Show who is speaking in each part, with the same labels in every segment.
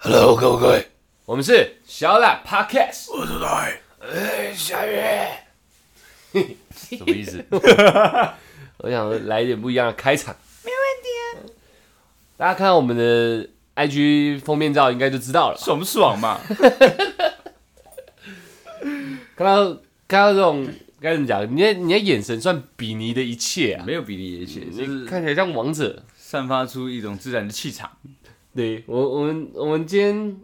Speaker 1: Hello，各位，
Speaker 2: 我们是小懒 Podcast，
Speaker 1: 我是来，哎，小月，
Speaker 2: 什么意思？我想来一点不一样的开场。没问题、啊。大家看我们的 IG 封面照，应该就知道了吧。
Speaker 3: 爽不爽嘛？
Speaker 2: 看到看到这种该怎么讲？你的你的眼神算比尼的一切 啊，
Speaker 3: 没有比例也切，就
Speaker 2: 你
Speaker 3: 是
Speaker 2: 看起来像王者。
Speaker 3: 散发出一种自然的气场。
Speaker 2: 对我我们我们今天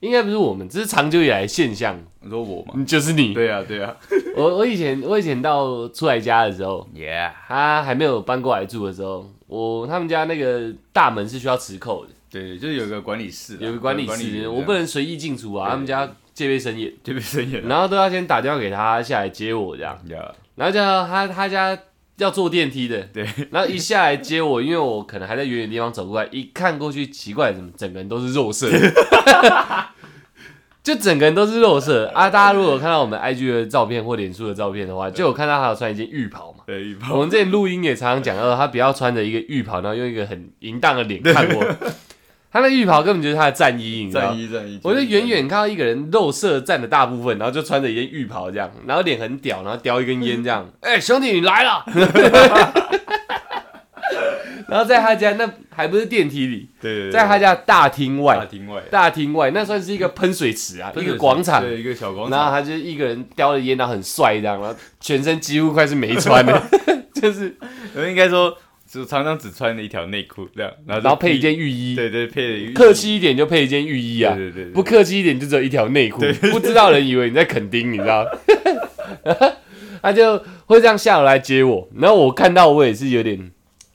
Speaker 2: 应该不是我们，这是长久以来的现象，
Speaker 3: 你说我嘛？
Speaker 2: 嗯就是你。
Speaker 3: 对啊，对啊。
Speaker 2: 我我以前我以前到出来家的时候，
Speaker 3: Yeah，
Speaker 2: 他还没有搬过来住的时候，我他们家那个大门是需要磁扣的，
Speaker 3: 对，就是有个管理室啊，
Speaker 2: 有个管理室，我不能随意进出啊，他们家戒备森严，
Speaker 3: 就被生厌了。
Speaker 2: 然后都要先打电话给他下来接我这样，
Speaker 3: Yeah，
Speaker 2: 然后叫他他家要坐电梯的，
Speaker 3: 对，
Speaker 2: 然后一下来接我，因为我可能还在远远地方走过来，一看过去，奇怪，怎么整个人都是肉色， 就整个人都是肉色啊！大家如果有看到我们 IG 的照片或脸书的照片的话，就有看到他有穿一件浴袍嘛。
Speaker 3: 对，一包
Speaker 2: 我们这里录音也常常讲到，他不要穿着一个浴袍，然后用一个很淫荡的脸看我。他那浴袍根本就是他的战衣，你知道
Speaker 3: 战
Speaker 2: 吗？
Speaker 3: 衣战衣，
Speaker 2: 我就远远看到一个人肉色占了大部分，然后就穿着一件浴袍这样，然后脸很屌，然后叼一根烟这样。
Speaker 3: 嗯
Speaker 2: 哎、兄弟，你来了！ 然后在他家那还不是电梯里，
Speaker 3: 对，对对，
Speaker 2: 在他家大厅
Speaker 3: 大
Speaker 2: 外，
Speaker 3: 厅外，
Speaker 2: 大厅外那算是一个喷水池啊，一个广场。
Speaker 3: 对，一个小广
Speaker 2: 然后
Speaker 3: 场。
Speaker 2: 他就一个人叼着烟，然后很帅这样，然后全身几乎快是没 穿的，就是
Speaker 3: 我应该说，就常常只穿了一条内裤这样，然后
Speaker 2: 然后配一
Speaker 3: 件，
Speaker 2: 件浴衣，
Speaker 3: 对对，配了一
Speaker 2: 客气一点就配一件浴衣啊，
Speaker 3: 对对对，
Speaker 2: 不客气一点就只有一条内裤，不知道人以为你在垦丁，你知道？ 他就会这样下楼来接我，然后我看到我也是有点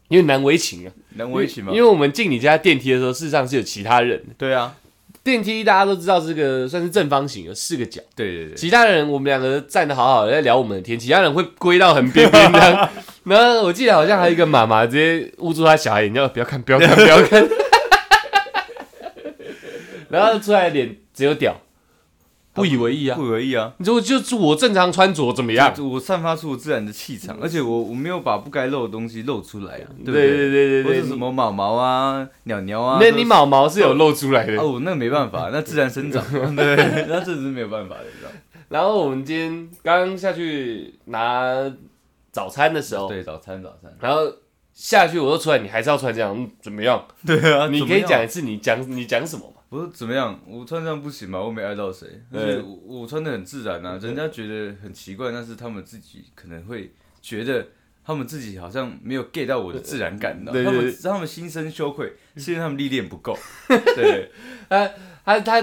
Speaker 2: 有点难为情啊，
Speaker 3: 能围起吗
Speaker 2: 因？为我们进你家电梯的时候，事实上是有其他人的，
Speaker 3: 对啊，
Speaker 2: 电梯大家都知道是个算是正方形，有四个角。
Speaker 3: 对对对，
Speaker 2: 其他人我们两个站的好好的在聊我们的天，其他人会归到很边边这 样。然后我记得好像还有一个妈妈直接捂住她小孩眼睛，不要看，不要看，不要看。然后出来脸只有屌，不以为意啊。
Speaker 3: 不而已啊。
Speaker 2: 你说就是我正常穿着怎么 样？
Speaker 3: 就我散发出我自然的气场，而且我我没有把不该露的东西露出来啊，对不
Speaker 2: 嗯对对对对
Speaker 3: 或
Speaker 2: 对
Speaker 3: 是什么毛毛啊、鸟鸟啊，
Speaker 2: 那
Speaker 3: 都
Speaker 2: 你毛毛是有露出来的。
Speaker 3: 哦，那个没办 法，那自然生长，对，那这只是没有办法的，你知道吗？
Speaker 2: 然后我们今天刚下去拿早餐的时候，
Speaker 3: 对，早餐早 餐，
Speaker 2: 然后下去我说出来，你还是要穿这样，嗯怎么样？
Speaker 3: 对 啊，
Speaker 2: 你
Speaker 3: 怎
Speaker 2: 可
Speaker 3: 么
Speaker 2: 以
Speaker 3: 样
Speaker 2: 讲，一次你讲你讲什么吗？
Speaker 3: 我说怎么样？我穿这样不行吗？我没爱到谁，而且我我穿的很自然啊，人家觉得很奇怪，那是他们自己可能会觉得。他们自己好像没有 get 到我的自然感，你知道吗
Speaker 2: 对对
Speaker 3: 他们
Speaker 2: 对
Speaker 3: 他们心生羞愧，是因为他们历练不 够。对，
Speaker 2: 他他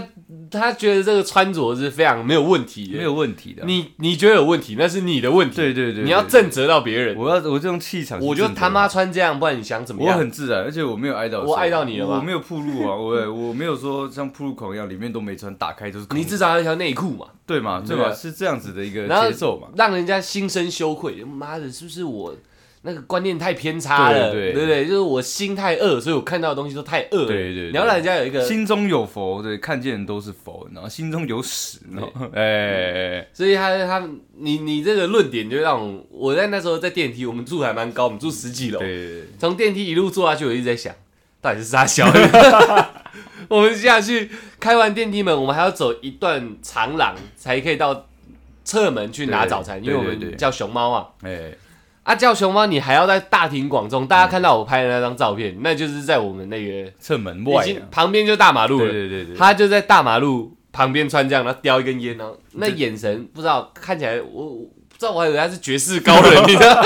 Speaker 2: 他觉得这个穿着是非常没有问题的，
Speaker 3: 没有问题的啊。
Speaker 2: 你你觉得有问题，那是你的问题，
Speaker 3: 对对对对，
Speaker 2: 你要
Speaker 3: 对
Speaker 2: 正责到别人。
Speaker 3: 我要我这种气场，
Speaker 2: 我就他妈，穿这样，不然你想怎么
Speaker 3: 我
Speaker 2: 样？
Speaker 3: 很自然，而且我没有挨到谁，
Speaker 2: 我爱到你了吗
Speaker 3: 我没有铺路啊，我我没有说像铺路狂一样，里面都没穿，打开都是空的。
Speaker 2: 你至少要一条内裤嘛，
Speaker 3: 对嘛对
Speaker 2: 对
Speaker 3: 嘛，
Speaker 2: 啊
Speaker 3: 是这样子的一个
Speaker 2: 然后
Speaker 3: 节奏嘛。
Speaker 2: 让人家心生羞愧。妈的，是不是我那个观念太偏差了？
Speaker 3: 对对
Speaker 2: 不对？就是我心太恶，所以我看到的东西都太恶了。
Speaker 3: 对对对
Speaker 2: 你要让人家有一个，
Speaker 3: 心中有佛，对，看见的都是佛，然后心中有屎，然后 哎哎，哎
Speaker 2: 所以他他你你这个论点就让我我在那时候在电梯，我们住还蛮高，我们住十几楼，
Speaker 3: 对对对，
Speaker 2: 从电梯一路坐下去，我一直在想，到底是啥小 我们下去开完电梯门，我们还要走一段长廊，才可以到侧门去拿早餐，因
Speaker 3: 对
Speaker 2: 为我
Speaker 3: 对对
Speaker 2: 们叫熊猫嘛。
Speaker 3: 哎，
Speaker 2: 啊，叫熊猫，你还要在大庭广众，大家看到我拍的那张照片，那就是在我们那个
Speaker 3: 侧门
Speaker 2: 已
Speaker 3: 外
Speaker 2: 经
Speaker 3: 啊，
Speaker 2: 旁边就大马路
Speaker 3: 对
Speaker 2: 了，
Speaker 3: 对对对，
Speaker 2: 他就在大马路旁边穿这样，然后叼一根烟，然后那眼神不知道看起来我我不知道，我还以为他是绝世高 人，你知道？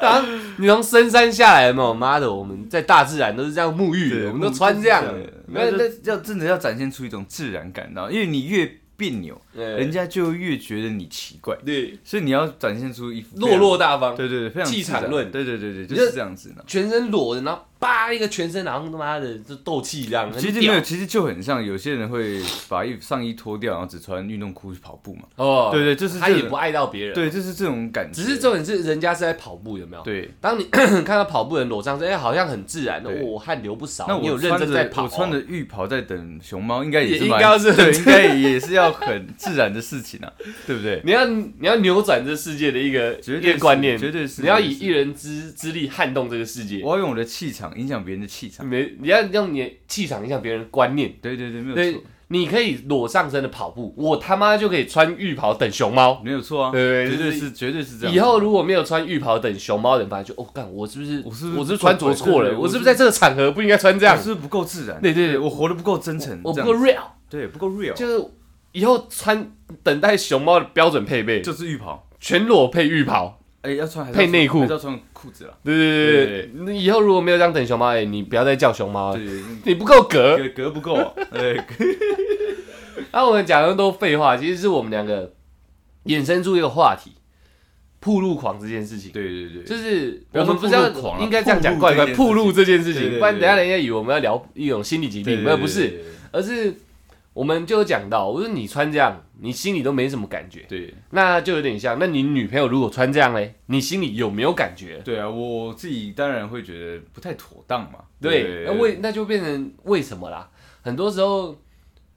Speaker 2: 然后你从深山下来嘛，妈的，我们在大自然都是这样沐浴的，我们都穿这样的，
Speaker 3: 没
Speaker 2: 那
Speaker 3: 有，
Speaker 2: 那
Speaker 3: 这要真的要展现出一种自然感，然后因为你越别扭，人
Speaker 2: 对
Speaker 3: 家就越觉得你奇怪，
Speaker 2: 呃对
Speaker 3: 所以你要展现出一副
Speaker 2: 落落大方，
Speaker 3: 对对对，非常
Speaker 2: 气
Speaker 3: 自然
Speaker 2: 场论
Speaker 3: 对对对对，就
Speaker 2: 你就是
Speaker 3: 这样子呢。
Speaker 2: 全身裸着，然后叭一个全身，然后他妈的就斗气这样，很
Speaker 3: 其实没有，
Speaker 2: 屌
Speaker 3: 其实就很像有些人会把衣上衣脱掉，然后只穿运动裤去跑步嘛。
Speaker 2: 哦，
Speaker 3: 对对就是
Speaker 2: 他
Speaker 3: 这
Speaker 2: 也
Speaker 3: 个
Speaker 2: 不爱到别人，
Speaker 3: 对，就是这种感觉。
Speaker 2: 只是哦重点是人家是在跑步，有没有？
Speaker 3: 对，
Speaker 2: 当你 看到跑步的人裸上身，哎、好像很自然的，
Speaker 3: 对
Speaker 2: 我汗流不少，
Speaker 3: 那
Speaker 2: 你有
Speaker 3: 我
Speaker 2: 认
Speaker 3: 穿
Speaker 2: 真在
Speaker 3: 着
Speaker 2: 跑、哦
Speaker 3: 我穿着浴袍在等熊猫，应该也
Speaker 2: 也
Speaker 3: 是
Speaker 2: 应
Speaker 3: 蛮
Speaker 2: 该是很
Speaker 3: 对，应该也是要很自然的事情啊，对不对？
Speaker 2: 你要你要扭转这世界的一个
Speaker 3: 绝
Speaker 2: 一
Speaker 3: 对
Speaker 2: 个
Speaker 3: 是
Speaker 2: 观念，
Speaker 3: 绝对是
Speaker 2: 你要
Speaker 3: 绝
Speaker 2: 以
Speaker 3: 对是
Speaker 2: 一人之之力撼动这个世界。
Speaker 3: 我要用我的气场场，影响别人的气场。
Speaker 2: 没你要让你的气场影响别人的观念。
Speaker 3: 对对对，没有
Speaker 2: 对
Speaker 3: 错，，
Speaker 2: 你可以裸上身的跑步，我他妈就可以穿浴袍等熊猫。
Speaker 3: 没有错啊，
Speaker 2: 对
Speaker 3: 绝
Speaker 2: 就
Speaker 3: 对
Speaker 2: 是
Speaker 3: 是绝对是这样。
Speaker 2: 以后如果没有穿浴袍等熊猫的人，发现就哦，干我是不是
Speaker 3: 我是不是
Speaker 2: 我穿着错
Speaker 3: 对对
Speaker 2: 了？
Speaker 3: 对
Speaker 2: 我是不是在这个场合不应该穿这
Speaker 3: 这
Speaker 2: 样
Speaker 3: 样？是不是不够自然？
Speaker 2: 对对对
Speaker 3: 我活得不够真诚，
Speaker 2: 我不
Speaker 3: 这样
Speaker 2: 够 real，
Speaker 3: 对不够 real，
Speaker 2: 就是以后穿等待熊猫的标准配备，就
Speaker 3: 就是浴袍，
Speaker 2: 全裸配浴袍。
Speaker 3: 哎，要穿还是
Speaker 2: 配
Speaker 3: 要穿
Speaker 2: 内裤
Speaker 3: 还是要穿裤子啊啦。
Speaker 2: 对对对对
Speaker 3: 对
Speaker 2: 对，那以后如果没有这样等熊猫，哎，你不要再叫熊猫了，
Speaker 3: 对，对
Speaker 2: 你不够格。
Speaker 3: 对格格不够 啊，哎，格
Speaker 2: 那、我们讲的都废话，其实是我们两个衍生出一个话题——铺路狂这件事情。
Speaker 3: 对对
Speaker 2: 就
Speaker 3: 对，
Speaker 2: 是
Speaker 3: 不
Speaker 2: 我
Speaker 3: 要说
Speaker 2: 们不是要
Speaker 3: 暴露狂啊
Speaker 2: 应该这样讲怪怪，
Speaker 3: 暴
Speaker 2: 铺
Speaker 3: 露
Speaker 2: 路这件事
Speaker 3: 对对
Speaker 2: 情，
Speaker 3: 对
Speaker 2: 不然等一下人家以为我们要聊一种心理疾
Speaker 3: 对
Speaker 2: 病，
Speaker 3: 对
Speaker 2: 没有不是，
Speaker 3: 对对
Speaker 2: 而是我们就有讲到，我说你穿这样，你心里都没什么感觉，
Speaker 3: 对对
Speaker 2: 那就有点像，那你女朋友如果穿这样嘞，你心里有没有感觉？
Speaker 3: 对啊，我自己当然会觉得不太妥当嘛。
Speaker 2: 对，那为那就变成为什么啦？很多时候，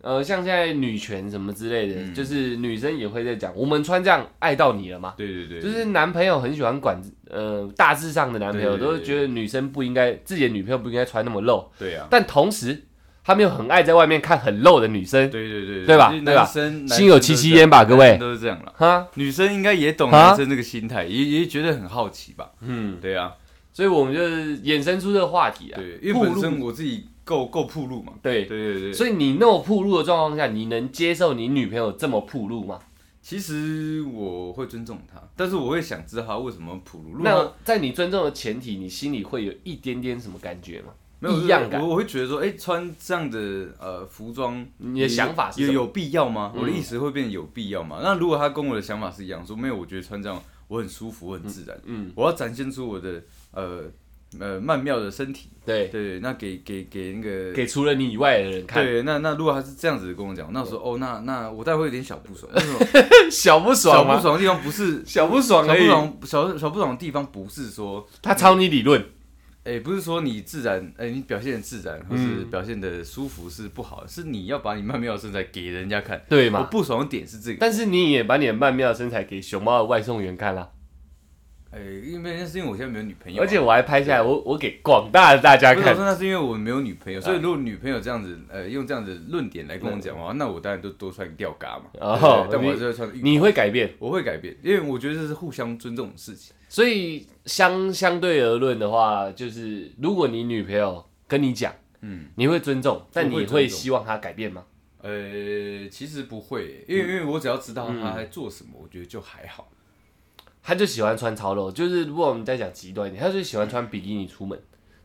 Speaker 2: 呃，像现在女权什么之类的，
Speaker 3: 嗯
Speaker 2: 就是女生也会在讲，我们穿这样爱到你了吗？
Speaker 3: 对对对，
Speaker 2: 就是男朋友很喜欢管，呃，大致上的男朋
Speaker 3: 对
Speaker 2: 友
Speaker 3: 对对
Speaker 2: 都会觉得女生不应该，自己的女朋友不应该穿那么露，
Speaker 3: 对啊，
Speaker 2: 但同时他们又很爱在外面看很露的女生，
Speaker 3: 对对对
Speaker 2: 对吧
Speaker 3: 因为
Speaker 2: 对吧
Speaker 3: 男生
Speaker 2: 心有戚戚焉吧，各
Speaker 3: 男生
Speaker 2: 位，
Speaker 3: 都是这样啦。
Speaker 2: 哈，
Speaker 3: 女生应该也懂
Speaker 2: 啊
Speaker 3: 男生这个心态，也也觉得很好奇吧？
Speaker 2: 嗯，
Speaker 3: 对啊，
Speaker 2: 所以我们就是衍生出这个话题啊，
Speaker 3: 对，因为
Speaker 2: 暴
Speaker 3: 本
Speaker 2: 露
Speaker 3: 身我自己够够铺路嘛。
Speaker 2: 对
Speaker 3: 对对对，
Speaker 2: 所以你那么铺路的状况下，你能接受你女朋友这么铺路吗？
Speaker 3: 其实我会尊重他，但是我会想知道他为什么铺路。如果
Speaker 2: 那在你尊重的前提，你心里会有一点点什么感觉吗？
Speaker 3: 没有
Speaker 2: 异样感
Speaker 3: 我我会觉得说，哎、穿这样的呃服装，
Speaker 2: 你的想法是
Speaker 3: 有
Speaker 2: 什么
Speaker 3: 有必要吗？
Speaker 2: 嗯
Speaker 3: 我的意思会变有必要吗？那如果他跟我的想法是一样，说没有，我觉得穿这样我很舒服，我很自然，
Speaker 2: 嗯，
Speaker 3: 我要展现出我的呃呃曼妙的身体，
Speaker 2: 对，
Speaker 3: 对，那给给给那个
Speaker 2: 给除了你以外的人看，嗯
Speaker 3: 对，那那如果他是这样子跟我讲，那我说哦，那那我待会有点小不爽，为什么
Speaker 2: 小不
Speaker 3: 小
Speaker 2: 爽
Speaker 3: 不
Speaker 2: 吗？
Speaker 3: 爽的地方不是
Speaker 2: 小不爽
Speaker 3: 小
Speaker 2: 而
Speaker 3: 不
Speaker 2: 已，
Speaker 3: 爽小小不爽的地方不是说
Speaker 2: 他抄你理论，
Speaker 3: 哎、不是说你自然，哎、你表现的自然，或是
Speaker 2: 嗯
Speaker 3: 表现的舒服是不好的，是你要把你曼妙的身材给人家看。
Speaker 2: 对
Speaker 3: 我
Speaker 2: 嘛？
Speaker 3: 不爽的点是这个，
Speaker 2: 但是你也把你的曼妙的身材给熊猫的外送员看了，
Speaker 3: 哎、因为那是因为我现在没有女朋友啊、
Speaker 2: 而且我还拍下来，我我给广大的大家
Speaker 3: 不是我
Speaker 2: 看。哎
Speaker 3: 说那是因为我没有女朋友，所以如果女朋友这样子，呃，用这样的论点来跟我讲的话，那我当然都多穿个吊嘎嘛。
Speaker 2: 哦
Speaker 3: 对但我还是会穿浴
Speaker 2: 你会改变，
Speaker 3: 我会改变，因为我觉得这是互相尊重的事情。
Speaker 2: 所以相相对而论的话，就是如果你女朋友跟你讲，
Speaker 3: 嗯，
Speaker 2: 你会尊重，但
Speaker 3: 我
Speaker 2: 你
Speaker 3: 会尊
Speaker 2: 会
Speaker 3: 重
Speaker 2: 希望她改变吗？
Speaker 3: 呃，其实不会，因为
Speaker 2: 嗯
Speaker 3: 因为我只要知道他在做什么，我觉得就还好。
Speaker 2: 他就喜欢穿超露，就是如果我们再讲极端一点，他就喜欢穿比基尼出门，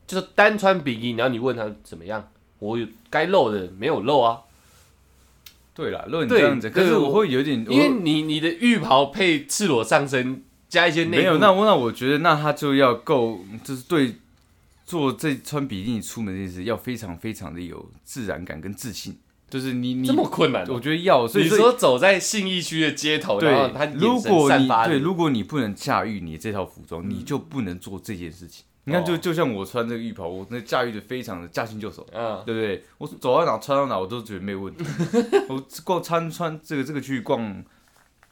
Speaker 2: 就是单穿比基尼，然后你问他怎么样，我有该露的没有露啊，
Speaker 3: 对啦，如果你
Speaker 2: 对
Speaker 3: 这样子，可
Speaker 2: 对
Speaker 3: 是
Speaker 2: 我
Speaker 3: 我会有点，
Speaker 2: 因为
Speaker 3: 我
Speaker 2: 你你的浴袍配赤裸上身加一些内裤，
Speaker 3: 没有，那我那我觉得那他就要够，就是对做这穿比基尼出门这件事要非常非常的有自然感跟自信，就是你你
Speaker 2: 这么困难、
Speaker 3: 我
Speaker 2: 哦。
Speaker 3: 觉得要，所以
Speaker 2: 你
Speaker 3: 所以
Speaker 2: 说走在信义区的街头，然后他
Speaker 3: 对，如
Speaker 2: 眼神
Speaker 3: 果
Speaker 2: 散
Speaker 3: 你
Speaker 2: 发
Speaker 3: 对
Speaker 2: 的，
Speaker 3: 如果你不能驾驭你这套服装，你就不能做这件事情。你看，就
Speaker 2: 哦
Speaker 3: 就像我穿这个浴袍，我那驾驭的非常的驾轻就熟，
Speaker 2: 嗯，
Speaker 3: 对不对？我走到哪穿到哪，我都觉得没有问题。我逛穿穿这个这个区域逛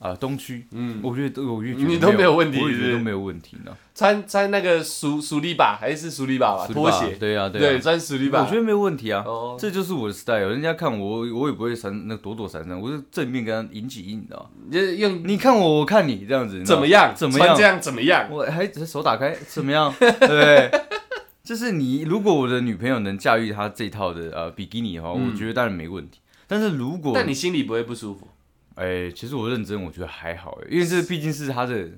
Speaker 3: 啊、东区，嗯，我觉得都我越觉得
Speaker 2: 你都没有问题
Speaker 3: 我也觉
Speaker 2: 是
Speaker 3: 得
Speaker 2: 不
Speaker 3: 都
Speaker 2: 是
Speaker 3: 没有问题呢。
Speaker 2: 穿穿那个苏苏力吧，还是苏力吧吧，
Speaker 3: 苏
Speaker 2: 拖
Speaker 3: 黎巴
Speaker 2: 鞋，
Speaker 3: 对啊，
Speaker 2: 对，
Speaker 3: 啊，
Speaker 2: 穿苏力吧，
Speaker 3: 我觉得没有问题啊。
Speaker 2: 哦
Speaker 3: 这就是我的 style，人家看我，我也不会闪那躲躲闪闪，我是正面跟他迎几应，你知道吗？
Speaker 2: 你就是用
Speaker 3: 你看我，我看你，这样子你知道
Speaker 2: 嗯怎
Speaker 3: 吗
Speaker 2: 么样，
Speaker 3: 怎么
Speaker 2: 穿
Speaker 3: 样
Speaker 2: 这？样怎么样，
Speaker 3: 我还手打开，怎么 样？对不对？就是你，如果我的女朋友能驾驭她这套的呃比基尼的话，我觉得当然没问题。但是如果
Speaker 2: 嗯但你心里不会不舒服。
Speaker 3: 哎、其实我认真，我觉得还好，因为这毕竟是她的，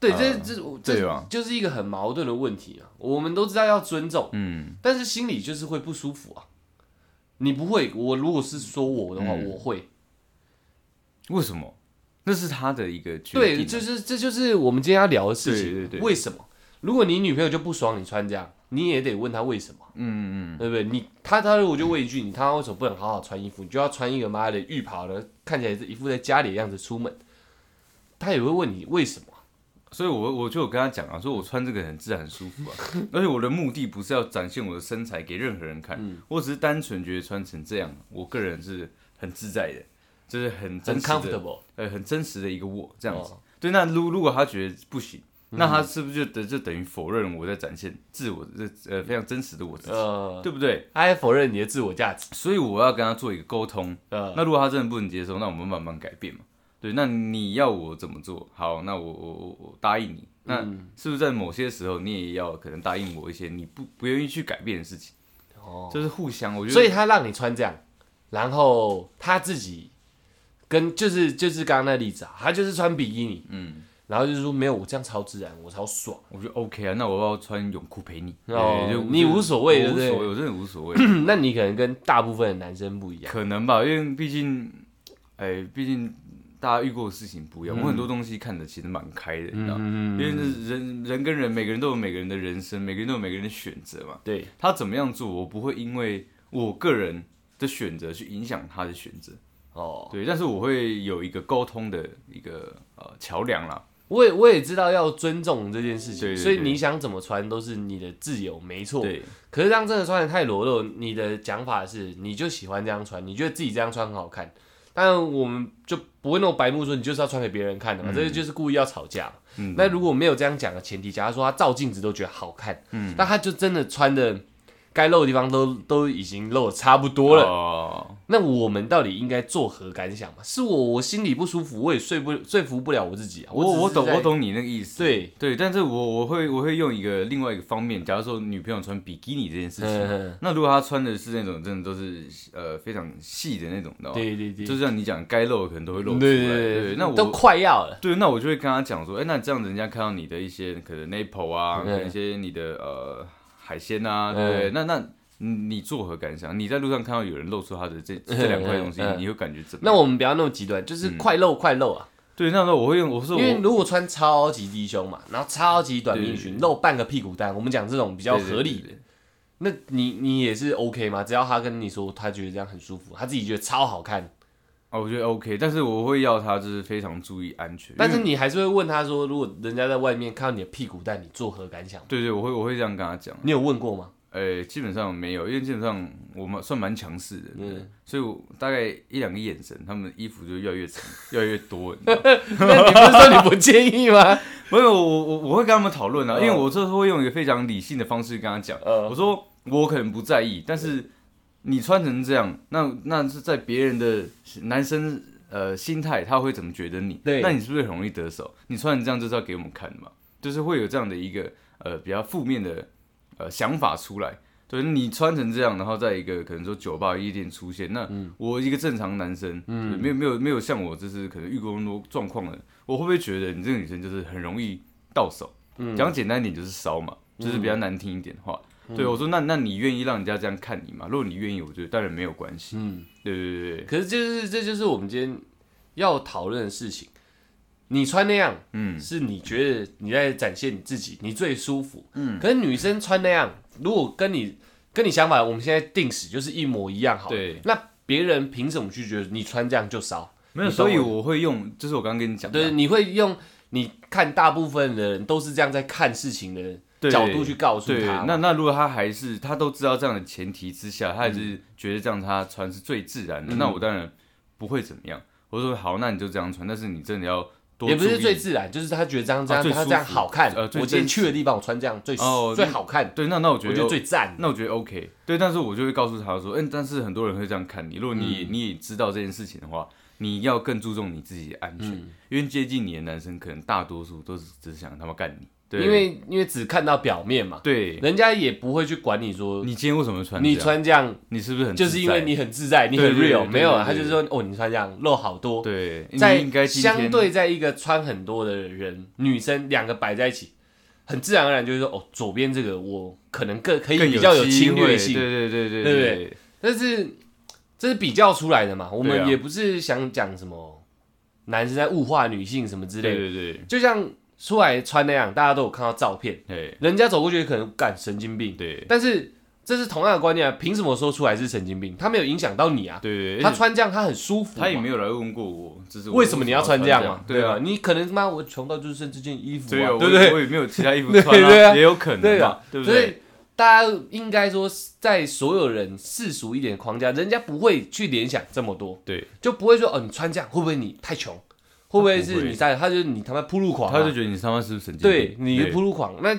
Speaker 2: 对，
Speaker 3: 啊
Speaker 2: 这这我
Speaker 3: 对
Speaker 2: 这
Speaker 3: 吧
Speaker 2: 就是一个很矛盾的问题啊。我们都知道要尊重，
Speaker 3: 嗯，
Speaker 2: 但是心里就是会不舒服啊。你不会，我如果是说我的话，
Speaker 3: 嗯
Speaker 2: 我会。
Speaker 3: 为什么？那是她的一个决定啊、
Speaker 2: 对，就是这就是我们今天要聊的事情。
Speaker 3: 对对对
Speaker 2: 为什么？如果你女朋友就不爽你穿这样，你也得问她为什么，
Speaker 3: 嗯嗯
Speaker 2: 对不对？你她她如果就问一句，你他妈为什么不能好好穿衣服？你就要穿一个妈的浴袍的，看起来是一副在家里的样子出门，她也会问你为什么。
Speaker 3: 嗯，所以我我就有跟她讲啊，说我穿这个很自然很舒服啊， 而且我的目的不是要展现我的身材给任何人看，
Speaker 2: 嗯
Speaker 3: 我只是单纯觉得穿成这样，我个人是很自在的，就是很真
Speaker 2: 很
Speaker 3: 实的
Speaker 2: comfortable，
Speaker 3: 呃很真实的一个我这样子。
Speaker 2: 哦嗯
Speaker 3: 对，那如如果他觉得不行，那他是不是就等就等于否认我在展现自我的呃非常真实的我自己，
Speaker 2: 呃，
Speaker 3: 对不对？
Speaker 2: 他还否认你的自我价值，
Speaker 3: 所以我要跟他做一个沟通。
Speaker 2: 呃，
Speaker 3: 那如果他真的不能接受，那我们慢慢改变嘛。对，那你要我怎么做？好，那我我我我答应你。那
Speaker 2: 嗯
Speaker 3: 是不是在某些时候你也要可能答应我一些你不不愿意去改变的事情？
Speaker 2: 哦，
Speaker 3: 就是互相，我觉得
Speaker 2: 所以他让你穿这样，然后他自己跟就是就是刚刚那例子啊，他就是穿比基尼，
Speaker 3: 嗯，
Speaker 2: 然后就是说没有我这样超自然，我超爽，
Speaker 3: 我觉得 OK 啊。那我要不要穿泳裤陪你？
Speaker 2: 哦
Speaker 3: 对就
Speaker 2: 你无所谓
Speaker 3: 我无
Speaker 2: 对不对
Speaker 3: 所谓，我真的无所 谓。
Speaker 2: 嗯那你可能跟大部分的男生不一样，
Speaker 3: 可能吧，因为毕竟，哎、毕竟大家遇过的事情不
Speaker 2: 嗯
Speaker 3: 一样，我很多东西看的其实蛮开的，你知道，因为这人人跟人，每个人都有每个人的人生，每个人都有每个人的选择嘛。
Speaker 2: 对，
Speaker 3: 他怎么样做，我不会因为我个人的选择去影响他的选择，
Speaker 2: 哦，
Speaker 3: 对，但是我会有一个沟通的一个呃桥梁啦。
Speaker 2: 我也我也知道要尊重这件事情，
Speaker 3: 对对
Speaker 2: 所以
Speaker 3: 对
Speaker 2: 你想怎么穿都是你的自由，没错，
Speaker 3: 对，
Speaker 2: 可是当真的穿的太裸露，你的讲法是你就喜欢这样穿，你觉得自己这样穿很好看，但我们就不会那种白目说你就是要穿给别人看的嘛，这个就是故意要吵架嘛。
Speaker 3: 嗯
Speaker 2: 那如果没有这样讲的前提，假如说他照镜子都觉得好看，
Speaker 3: 嗯
Speaker 2: 那他就真的穿的该露的地方都都已经露的差不多了，
Speaker 3: 哦
Speaker 2: 那我们到底应该作何感想嘛？是我我心里不舒服，我也说不说服不了我自己啊。
Speaker 3: 我
Speaker 2: 我
Speaker 3: 我
Speaker 2: 只是
Speaker 3: 懂
Speaker 2: 在
Speaker 3: 我，懂你那个意思，
Speaker 2: 对
Speaker 3: 对，但是我我会我会用一个另外一个方面，假如说女朋友穿比基尼这件事情，
Speaker 2: 嗯，
Speaker 3: 那如果他穿的是那种真的都是呃非常细的那种的，，
Speaker 2: 对对对，
Speaker 3: 就像你讲该露的可能都会哦露
Speaker 2: 对
Speaker 3: 出来，
Speaker 2: 对对对，
Speaker 3: 那
Speaker 2: 都
Speaker 3: 我
Speaker 2: 快要了，
Speaker 3: 对，那我就会跟他讲说，哎、那这样子人家看到你的一些可能 nipple 啊，
Speaker 2: 嗯
Speaker 3: 可能一些你的呃海鲜啊，对不对？那那你你作何感想？你在路上看到有人露出他的这这两块东西，
Speaker 2: 嗯嗯嗯
Speaker 3: 你会感觉怎么
Speaker 2: 那
Speaker 3: 样？
Speaker 2: 我们不要那么极端，就是快露快露啊。
Speaker 3: 对，那时候我会用嗯我说我
Speaker 2: 因为如果穿超级低胸嘛，然后超级短命
Speaker 3: 对对
Speaker 2: 裙，露半个屁股蛋，我们讲这种比较合理
Speaker 3: 对对对对
Speaker 2: 那你你也是 OK 吗？只要他跟你说他觉得这样很舒服，他自己觉得超好看，
Speaker 3: 哦，我觉得 OK，但是我会要他就是非常注意安全，
Speaker 2: 但是
Speaker 3: 因为
Speaker 2: 你还是会问他说，如果人家在外面看到你的屁股蛋，你作何感想？
Speaker 3: 对对，我会我会这样跟他讲。
Speaker 2: 你有问过吗？
Speaker 3: 呃，基本上没有，因为基本上我们算蛮强势的，
Speaker 2: 嗯
Speaker 3: 所以我大概一两个眼神，他们的衣服就越来越长，越来越多。你知道吗
Speaker 2: 嗯 那你不是说你不介意吗？
Speaker 3: 没有，我我我会跟他们讨论啊，
Speaker 2: 嗯
Speaker 3: 因为我这时候会用一个非常理性的方式跟他讲，
Speaker 2: 嗯
Speaker 3: 我说我可能不在意，但是你穿成这样，那那是在别人的男生呃心态，他会怎么觉得你？
Speaker 2: 对
Speaker 3: 那你是不是很容易得手？你穿成这样就是要给我们看的嘛，就是会有这样的一个呃比较负面的呃想法出来。对你穿成这样，然后在一个可能说酒吧夜店出现，那
Speaker 2: 嗯
Speaker 3: 我一个正常男生，嗯，没有没有没有像我就是可能遇过那么多状况的，我会不会觉得你这个女生就是很容易到手？
Speaker 2: 嗯
Speaker 3: 讲简单一点就是骚嘛，就是比较难听一点的话。对我说，那那你愿意让人家这样看你吗？如果你愿意，我觉得当然没有关系。
Speaker 2: 嗯，
Speaker 3: 对对对对，
Speaker 2: 可是就是这就是我们今天要讨论的事情。你穿那样，
Speaker 3: 嗯，
Speaker 2: 是你觉得你在展现你自己，你最舒服。嗯，
Speaker 3: 嗯
Speaker 2: 可是女生穿那样，如果跟你跟你想法，我们现在定死就是一模一样好了。
Speaker 3: 对
Speaker 2: 那别人凭什么去觉得你穿这样就骚？
Speaker 3: 没有，
Speaker 2: 你懂
Speaker 3: 所以
Speaker 2: 我
Speaker 3: 我会用，就是我刚刚跟你讲的
Speaker 2: 对，，你会用你看大部分的人都是这样在看事情的
Speaker 3: 对
Speaker 2: 角度去告诉
Speaker 3: 对，
Speaker 2: 他嘛。嗯
Speaker 3: 那那如果他还是他都知道这样的前提之下，他还是觉得这样他穿是最自然的，那我当然不会怎么样。我说好，那你就这样穿，但是你真的要多
Speaker 2: 也不
Speaker 3: 注
Speaker 2: 是
Speaker 3: 意
Speaker 2: 最自然，就是他觉得这样这样、
Speaker 3: 啊最
Speaker 2: 他
Speaker 3: 舒
Speaker 2: 这样
Speaker 3: 服
Speaker 2: 好看。
Speaker 3: 呃最
Speaker 2: 我今天
Speaker 3: 真
Speaker 2: 去的地方我穿这样最、
Speaker 3: 哦
Speaker 2: 最好看，
Speaker 3: 对。那那我觉
Speaker 2: 我
Speaker 3: 得
Speaker 2: 觉得最赞。
Speaker 3: 那我觉得 OK，对，但是我就会告诉他说，嗯、但是很多人会这样看你，如果你、
Speaker 2: 嗯
Speaker 3: 你也知道这件事情的话，你要更注重你自己的安全，
Speaker 2: 嗯
Speaker 3: 因为接近你的男生可能大多数都是只想他妈干你，对，
Speaker 2: 因为因为只看到表面嘛，
Speaker 3: 对
Speaker 2: 人家也不会去管你说
Speaker 3: 你今天为什么穿这
Speaker 2: 你
Speaker 3: 样，
Speaker 2: 穿这样
Speaker 3: 你是不是很
Speaker 2: 就是
Speaker 3: 自
Speaker 2: 因为
Speaker 3: 在
Speaker 2: 你很自在，你
Speaker 3: 对
Speaker 2: 很
Speaker 3: 对对
Speaker 2: real，
Speaker 3: 对
Speaker 2: 没有啊，
Speaker 3: 对
Speaker 2: 他就
Speaker 3: 对
Speaker 2: 说哦，你穿这样露好多。
Speaker 3: 对，
Speaker 2: 在
Speaker 3: 你应该今天
Speaker 2: 相对在一个穿很多的人，女生两个摆在一起，很自然而然就会说哦，左边这个我可能更可以
Speaker 3: 更
Speaker 2: 比较有
Speaker 3: 机
Speaker 2: 侵略
Speaker 3: 会
Speaker 2: 性，
Speaker 3: 对对对
Speaker 2: 对不
Speaker 3: 对
Speaker 2: 对但是这是比较出来的嘛，我
Speaker 3: 对
Speaker 2: 们
Speaker 3: 啊
Speaker 2: 也不是想讲什么男生在物化女性什么之
Speaker 3: 对
Speaker 2: 类的，
Speaker 3: 对对
Speaker 2: 就像出来穿那样，大家都有看到照片，
Speaker 3: 对
Speaker 2: 人家走过去可能干神经病，
Speaker 3: 对
Speaker 2: 但是这是同样的观念啊，凭什么说出来是神经病？他没有影响到你啊，
Speaker 3: 对对，
Speaker 2: 他
Speaker 3: 而且
Speaker 2: 穿这样他很舒服嘛，
Speaker 3: 他也没有来问过我，就是我
Speaker 2: 为什么你要穿这样嘛？
Speaker 3: 对啊
Speaker 2: 吧，？你可能他妈我穷到就是剩这件衣服
Speaker 3: 对啊，
Speaker 2: 啊，
Speaker 3: 我
Speaker 2: 对不
Speaker 3: 也
Speaker 2: 对？
Speaker 3: 我也没有其他衣服
Speaker 2: 对
Speaker 3: 穿
Speaker 2: 对啊
Speaker 3: 啊，也有可能嘛
Speaker 2: 啊，，
Speaker 3: 对不
Speaker 2: 所
Speaker 3: 对？
Speaker 2: 以大家应该说，在所有人世俗一点的框架，人家不会去联想这么多，
Speaker 3: 对
Speaker 2: 就不会说哦，你穿这样会不会你太穷？会会不会
Speaker 3: 不
Speaker 2: 是
Speaker 3: 会
Speaker 2: 你杀小？他就是你他妈铺路狂啊、
Speaker 3: 他就觉得你他妈是不是神经病？
Speaker 2: 对你是铺路狂。那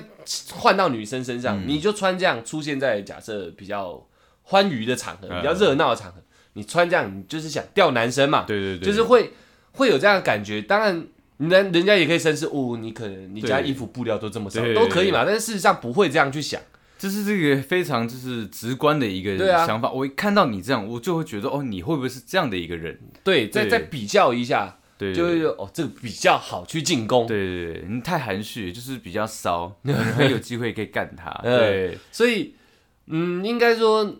Speaker 2: 换到女生身
Speaker 3: 嗯
Speaker 2: 上，你就穿这样出现在假设比较欢愉的场合、
Speaker 3: 嗯
Speaker 2: 比较热闹的场合，你穿这样，你就是想钓男生嘛？
Speaker 3: 对对对，
Speaker 2: 就是会会有这样的感觉。当然，人人家也可以深思，哦，你可能你家
Speaker 3: 对
Speaker 2: 衣服布料都这么少，
Speaker 3: 对
Speaker 2: 都可以嘛。但是事实上不会这样去想，
Speaker 3: 这是这个非常就是直观的一个
Speaker 2: 对啊
Speaker 3: 想法。我一看到你这样，我就会觉得哦，你会不会是这样的一个人？
Speaker 2: 对，再
Speaker 3: 对
Speaker 2: 再比较一下，
Speaker 3: 对，
Speaker 2: 就
Speaker 3: 对
Speaker 2: 会觉得哦，这个比较好去进攻。
Speaker 3: 对对对，你太含蓄，就是比较 骚，可能很有机会可以干他。
Speaker 2: 嗯
Speaker 3: 对，
Speaker 2: 所以，嗯，应该说，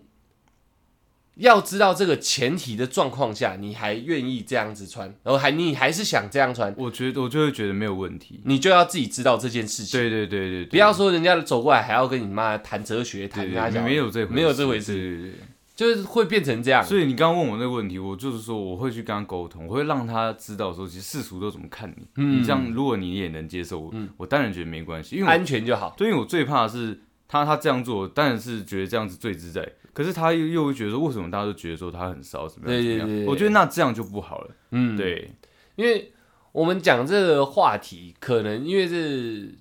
Speaker 2: 要知道这个前提的状况下，你还愿意这样子穿，然后还你还是想这样穿，
Speaker 3: 我觉得我就会觉得没有问 题。
Speaker 2: 你就要自己知道这件事情。
Speaker 3: 对对对对，对
Speaker 2: 不要说人家走过来还要跟你妈谈哲学、谈
Speaker 3: 对
Speaker 2: 大
Speaker 3: 对
Speaker 2: 家，
Speaker 3: 没有这回事
Speaker 2: 没有这回事，
Speaker 3: 对对对
Speaker 2: 就是会变成这样。
Speaker 3: 所以你刚刚问我那个问题，我就是说我会去跟他沟通，我会让他知道说，其实世俗都怎么看你。
Speaker 2: 嗯
Speaker 3: 你这样，如果你也能接受，我我当然觉得没关系，因为我
Speaker 2: 安全就好。
Speaker 3: 对，因为我最怕的是他他这样做，当然是觉得这样子最自在，可是他又又会觉得说，为什么大家都觉得说他很骚，怎么样怎么
Speaker 2: 对对
Speaker 3: 样？
Speaker 2: 对对
Speaker 3: 我觉得那这样就不好了。
Speaker 2: 嗯，
Speaker 3: 对，
Speaker 2: 因为我们讲这个话题，可能因为是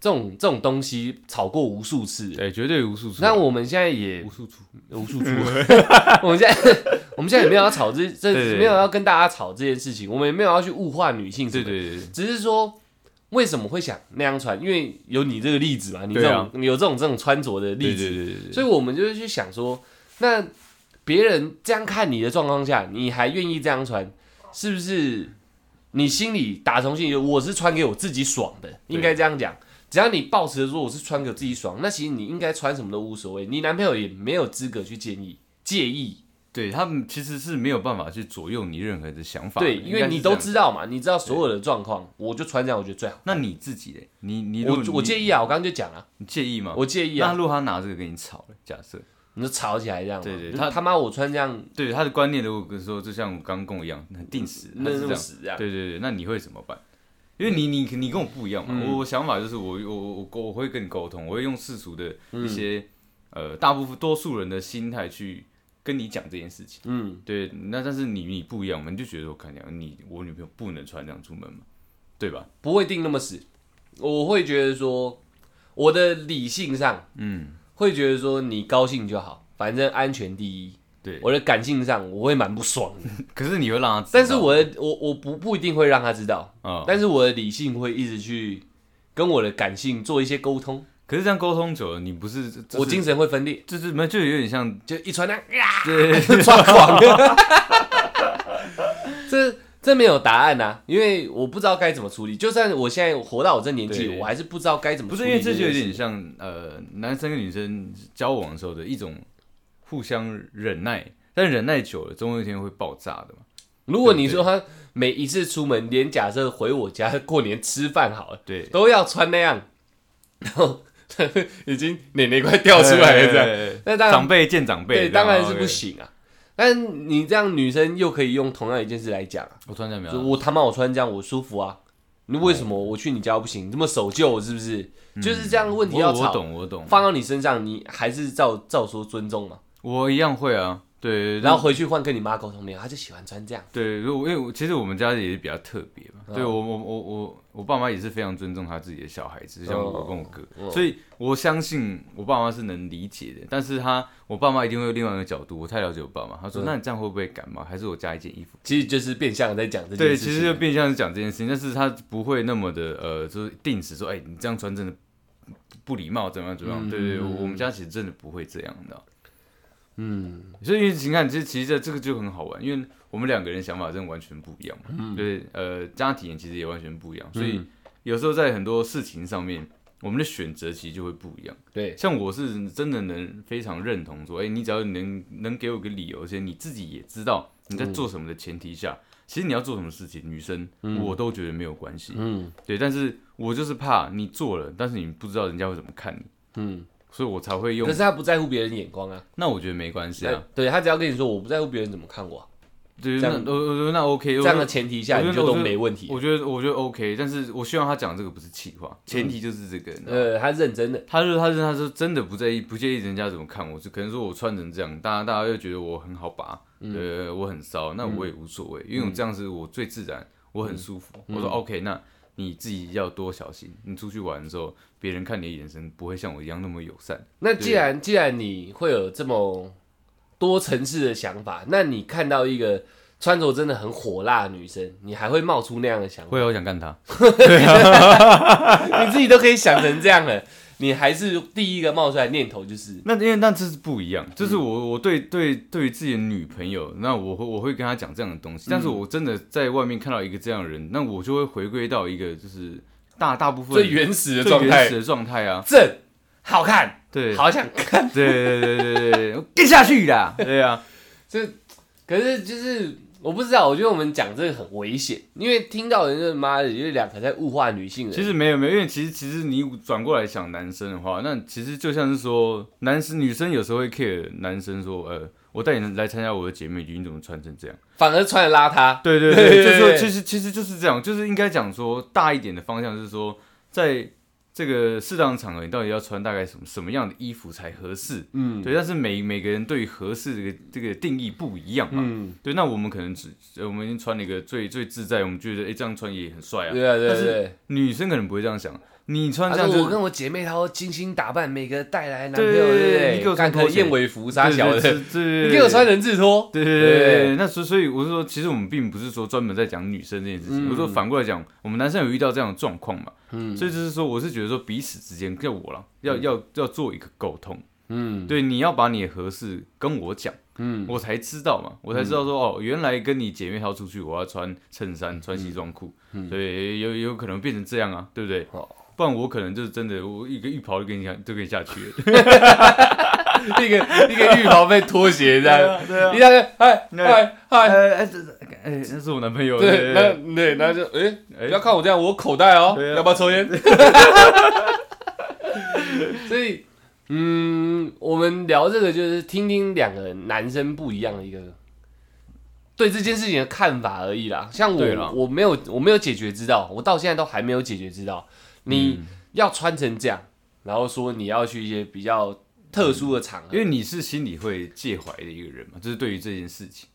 Speaker 2: 这种这种东西吵过无数次。
Speaker 3: 对，哎绝对无数处。
Speaker 2: 那我们现在也
Speaker 3: 啊无数处，
Speaker 2: 无数 处，我们现在我们现在也没有要吵这这
Speaker 3: 对对对
Speaker 2: 没有要跟大家吵这件事情，我们也没有要去物化女性
Speaker 3: 对
Speaker 2: 什么的，
Speaker 3: 对对
Speaker 2: 只是说为什么会想那样穿，因为有你这个例子嘛，你这
Speaker 3: 对
Speaker 2: 种、
Speaker 3: 啊
Speaker 2: 你有这种这种穿着的
Speaker 3: 对
Speaker 2: 例
Speaker 3: 对
Speaker 2: 子，
Speaker 3: 对对对，
Speaker 2: 所以我们就是去想说，那别人这样看你的状况下，你还愿意这样穿，是不是？你心里打从心里，我是穿给我自己爽的，应该这样讲。只要你抱持着说我是穿给我自己爽，那其实你应该穿什么都无所谓，你男朋友也没有资格去建议介意。
Speaker 3: 对他们其实是没有办法去左右你任何的想法的。
Speaker 2: 对，因
Speaker 3: 应该
Speaker 2: 为
Speaker 3: 是
Speaker 2: 你
Speaker 3: 这
Speaker 2: 都
Speaker 3: 样。
Speaker 2: 知道嘛，你知道所有的状况，我就穿这样，我觉得最好。
Speaker 3: 那你自己嘞？你你
Speaker 2: 我我介
Speaker 3: 介
Speaker 2: 意啊，我刚刚就讲了，
Speaker 3: 你介意吗？
Speaker 2: 我介意
Speaker 3: 那
Speaker 2: 啊，
Speaker 3: 如果他拿这个跟你吵了，假设
Speaker 2: 你就吵起来这样嘛。
Speaker 3: 对对
Speaker 2: 就
Speaker 3: 他
Speaker 2: 他妈我穿这样
Speaker 3: 对他的观念，如果说就像我刚跟我一样，很定时，他
Speaker 2: 那
Speaker 3: 是这
Speaker 2: 种
Speaker 3: 样。
Speaker 2: 死这样。嗯
Speaker 3: 对对对，那你会怎么办？因为你你你跟我不一样嘛，我我想法就是我我我我沟我会跟你沟通，我会用世俗的一些、
Speaker 2: 嗯
Speaker 3: 呃大部分多数人的心态去跟你讲这件事情。
Speaker 2: 嗯，
Speaker 3: 对，那但是你你不一样嘛，你就觉得我看你你我女朋友不能穿这样出门嘛，对吧？
Speaker 2: 不会定那么死，我会觉得说，我的理性上
Speaker 3: 嗯，
Speaker 2: 会觉得说你高兴就好，反正安全第一。
Speaker 3: 对。
Speaker 2: 我的感性上我会蛮不爽的，
Speaker 3: 可是你会让他知道，
Speaker 2: 但是我的我我不不一定会让他知道，
Speaker 3: 啊、
Speaker 2: 但是我的理性会一直去跟我的感性做一些沟通，
Speaker 3: 可是这样沟通久了，你不是这
Speaker 2: 我
Speaker 3: 是
Speaker 2: 精神会分裂，
Speaker 3: 就是没有就有点像
Speaker 2: 就一传啊两呀
Speaker 3: 对
Speaker 2: 抓狂。这这没有答案呐、因为我不知道该怎么处理。就算我现在活到我这年纪，
Speaker 3: 对
Speaker 2: 我还是不知道该怎么
Speaker 3: 不
Speaker 2: 处
Speaker 3: 是
Speaker 2: 理。
Speaker 3: 因为这就有点像呃，男生跟女生交往的时候的一种互相忍耐，但忍耐久了，总有一天会爆炸的嘛。
Speaker 2: 如果你说他每一次出门，连假设回我家过年吃饭好了，
Speaker 3: 对，
Speaker 2: 都要穿那样，然后已经奶奶快掉出来了这样，
Speaker 3: 样。
Speaker 2: 那当然
Speaker 3: 长辈见长辈，
Speaker 2: 对，
Speaker 3: 这样
Speaker 2: 当然
Speaker 3: 啊
Speaker 2: 是
Speaker 3: OK
Speaker 2: 不行啊。但你这样女生又可以用同样一件事来讲啊，
Speaker 3: 我突然想
Speaker 2: 就
Speaker 3: 到，
Speaker 2: 我他妈我穿这样我舒服啊，你为什么
Speaker 3: 哦
Speaker 2: 我去你家不行？你这么守旧是不是？就是这样的问题
Speaker 3: 我
Speaker 2: 要
Speaker 3: 嗯我
Speaker 2: 吵，
Speaker 3: 懂我懂，
Speaker 2: 放到你身上你还是照照说尊重嘛，
Speaker 3: 我一样会啊。对，
Speaker 2: 然后回去换跟你妈沟通，没有，她就喜欢穿这样，
Speaker 3: 对，如果因为我其实我们家也是比较特别嘛，对我我我我我爸妈也是非常尊重他自己的小孩子，像我跟我哥，所以我相信我爸妈是能理解的。但是他我爸妈一定会有另外一个角度，我太了解我爸妈，他说、那你这样会不会感冒？还是我加一件衣服？
Speaker 2: 其实就是变相地在讲这件
Speaker 3: 对，
Speaker 2: 事情。啊
Speaker 3: 其实就变相是讲这件事情，但是他不会那么的呃，就是定时说，哎、你这样穿真的不礼貌，怎么样怎么
Speaker 2: 嗯
Speaker 3: 样？对对对，我我们家其实真的不会这样的。嗯，所以你看，其实其实这个就很好玩，因为我们两个人想法真的完全不一样嘛。
Speaker 2: 嗯
Speaker 3: 对，呃，家庭其实也完全不一样，所以有时候在很多事情上面，我们的选择其实就会不一样。
Speaker 2: 对，
Speaker 3: 像我是真的能非常认同说，哎、你只要能能给我个理由，而且你自己也知道
Speaker 2: 嗯
Speaker 3: 你在做什么的前提下，其实你要做什么事情，女生、我都觉得没有关系，
Speaker 2: 嗯
Speaker 3: 对。但是我就是怕你做了，但是你不知道人家会怎么看你，
Speaker 2: 嗯，
Speaker 3: 所以我才会用
Speaker 2: 可。是他不在乎别人眼光啊，哎
Speaker 3: 那我觉得没关系啊，
Speaker 2: 对他只要跟你说我不在乎别人怎么看我啊、
Speaker 3: 对，
Speaker 2: 这
Speaker 3: 那
Speaker 2: 样
Speaker 3: 呃呃那 OK，
Speaker 2: 这样的前提下
Speaker 3: 我觉得
Speaker 2: 你就都没问题。啊
Speaker 3: 我觉得我觉得 OK，但是我希望他讲这个不是气话，前提就是这个。你知道吗
Speaker 2: 呃，他认真的，
Speaker 3: 他就他是他是真的不在意不介意人家怎么看我，就可能说我穿成这样，大家
Speaker 2: 嗯
Speaker 3: 大家又觉得我很好拔，呃，我很骚，那我也无所谓，因为我这样是我最自然，我很舒服。
Speaker 2: 嗯
Speaker 3: 我说 OK，那你自己要多小心。你出去玩的时候，别人看你的眼神不会像我一样那么友善。
Speaker 2: 那既然既然你会有这么多层次的想法，那你看到一个穿着真的很火辣的女生，你还会冒出那样的想法？
Speaker 3: 会啊，我想干他。
Speaker 2: 你自己都可以想成这样了，你还是第一个冒出来的念头就是
Speaker 3: 那因为那这是不一样，就是我我对对对于自己的女朋友，那我会我会跟她讲这样的东
Speaker 2: 嗯
Speaker 3: 西，但是我真的在外面看到一个这样的人，那我就会回归到一个就是大大部分
Speaker 2: 最原始的
Speaker 3: 最
Speaker 2: 状
Speaker 3: 原
Speaker 2: 态
Speaker 3: 始，的状态啊，
Speaker 2: 正好看，
Speaker 3: 对，
Speaker 2: 好想看。
Speaker 3: 对对对对对对，跟下去 啦，对啊，
Speaker 2: 这可是就是我不知道，我觉得我们讲这个很危险，因为听到人家妈的，就是两个在物化女性的人。
Speaker 3: 其实没有没有，因为其实其实你转过来想男生的话，那其实就像是说，男生女生有时候会 care 男生说，呃，我带你来参加我的姐妹局，你怎么穿成这样？
Speaker 2: 反而穿的邋遢，
Speaker 3: 对对
Speaker 2: 对
Speaker 3: 对，就
Speaker 2: 对
Speaker 3: 是说
Speaker 2: 对
Speaker 3: 其实其实就是这样，就是应该讲说大一点的方向是说，在这个适当的场合，你到底要穿大概什么什么样的衣服才合适？
Speaker 2: 嗯
Speaker 3: 对，但是每每个人对于合适这个这个定义不一样嘛。
Speaker 2: 嗯，
Speaker 3: 对，那我们可能只呃我们已经穿了一个最最自在，我们觉得哎、诶这样穿也很帅啊。
Speaker 2: 对啊对
Speaker 3: 但
Speaker 2: 啊
Speaker 3: 是
Speaker 2: 对啊。
Speaker 3: 女生可能不会这样想，你穿
Speaker 2: 他
Speaker 3: 这样
Speaker 2: 说
Speaker 3: 就
Speaker 2: 我跟我姐妹她都精心打扮，每个带来男朋
Speaker 3: 对
Speaker 2: 友，
Speaker 3: 对对
Speaker 2: 对不
Speaker 3: 对你给我
Speaker 2: 干
Speaker 3: 穿
Speaker 2: 可
Speaker 3: 拖鞋
Speaker 2: 燕尾服啥小
Speaker 3: 啊对
Speaker 2: 的，
Speaker 3: 对对对，
Speaker 2: 你给我穿人字拖，
Speaker 3: 对对对对
Speaker 2: 对
Speaker 3: 对，那所所以我是说，其实我们并不是说专门在讲女生这件事情，
Speaker 2: 嗯
Speaker 3: 我说反过来讲，我们男生有遇到这样的状况嘛，
Speaker 2: 嗯
Speaker 3: 所以就是说，我是觉得说彼此之间，要我啦，要、要要做一个沟通，
Speaker 2: 嗯
Speaker 3: 对，你要把你的合适跟我讲，
Speaker 2: 嗯，
Speaker 3: 我才知道嘛，我才知道说、哦，原来跟你姐妹淘出去，我要穿衬衫、穿西装裤，
Speaker 2: 嗯
Speaker 3: 对，有有可能变成这样啊，对不对？
Speaker 2: 哦
Speaker 3: 不然我可能就是真的，我一个浴袍就跟你下就跟你下去 了，
Speaker 2: 一个一个浴袍被拖鞋这样，
Speaker 3: 对啊
Speaker 2: 一，下哎去，嗨
Speaker 3: 对
Speaker 2: 嗨嗨，
Speaker 3: 呃， 哎，这这哎，那是我男朋友，对
Speaker 2: 对，那
Speaker 3: 对
Speaker 2: 对，那就诶，
Speaker 3: 哎
Speaker 2: 不要看我这样，我有口袋哦
Speaker 3: 对，啊
Speaker 2: 要不要抽烟？所以，嗯，我们聊这个就是听听两个男生不一样的一个对这件事情的看法而已啦。像
Speaker 3: 对
Speaker 2: 我
Speaker 3: 啦，
Speaker 2: 我没有我没有解决之道，我到现在都还没有解决之道。
Speaker 3: 嗯
Speaker 2: 你要穿成这样，然后说你要去一些比较特殊的场合
Speaker 3: 因为你是心里会介怀的一个人嘛，就是对于这件事情，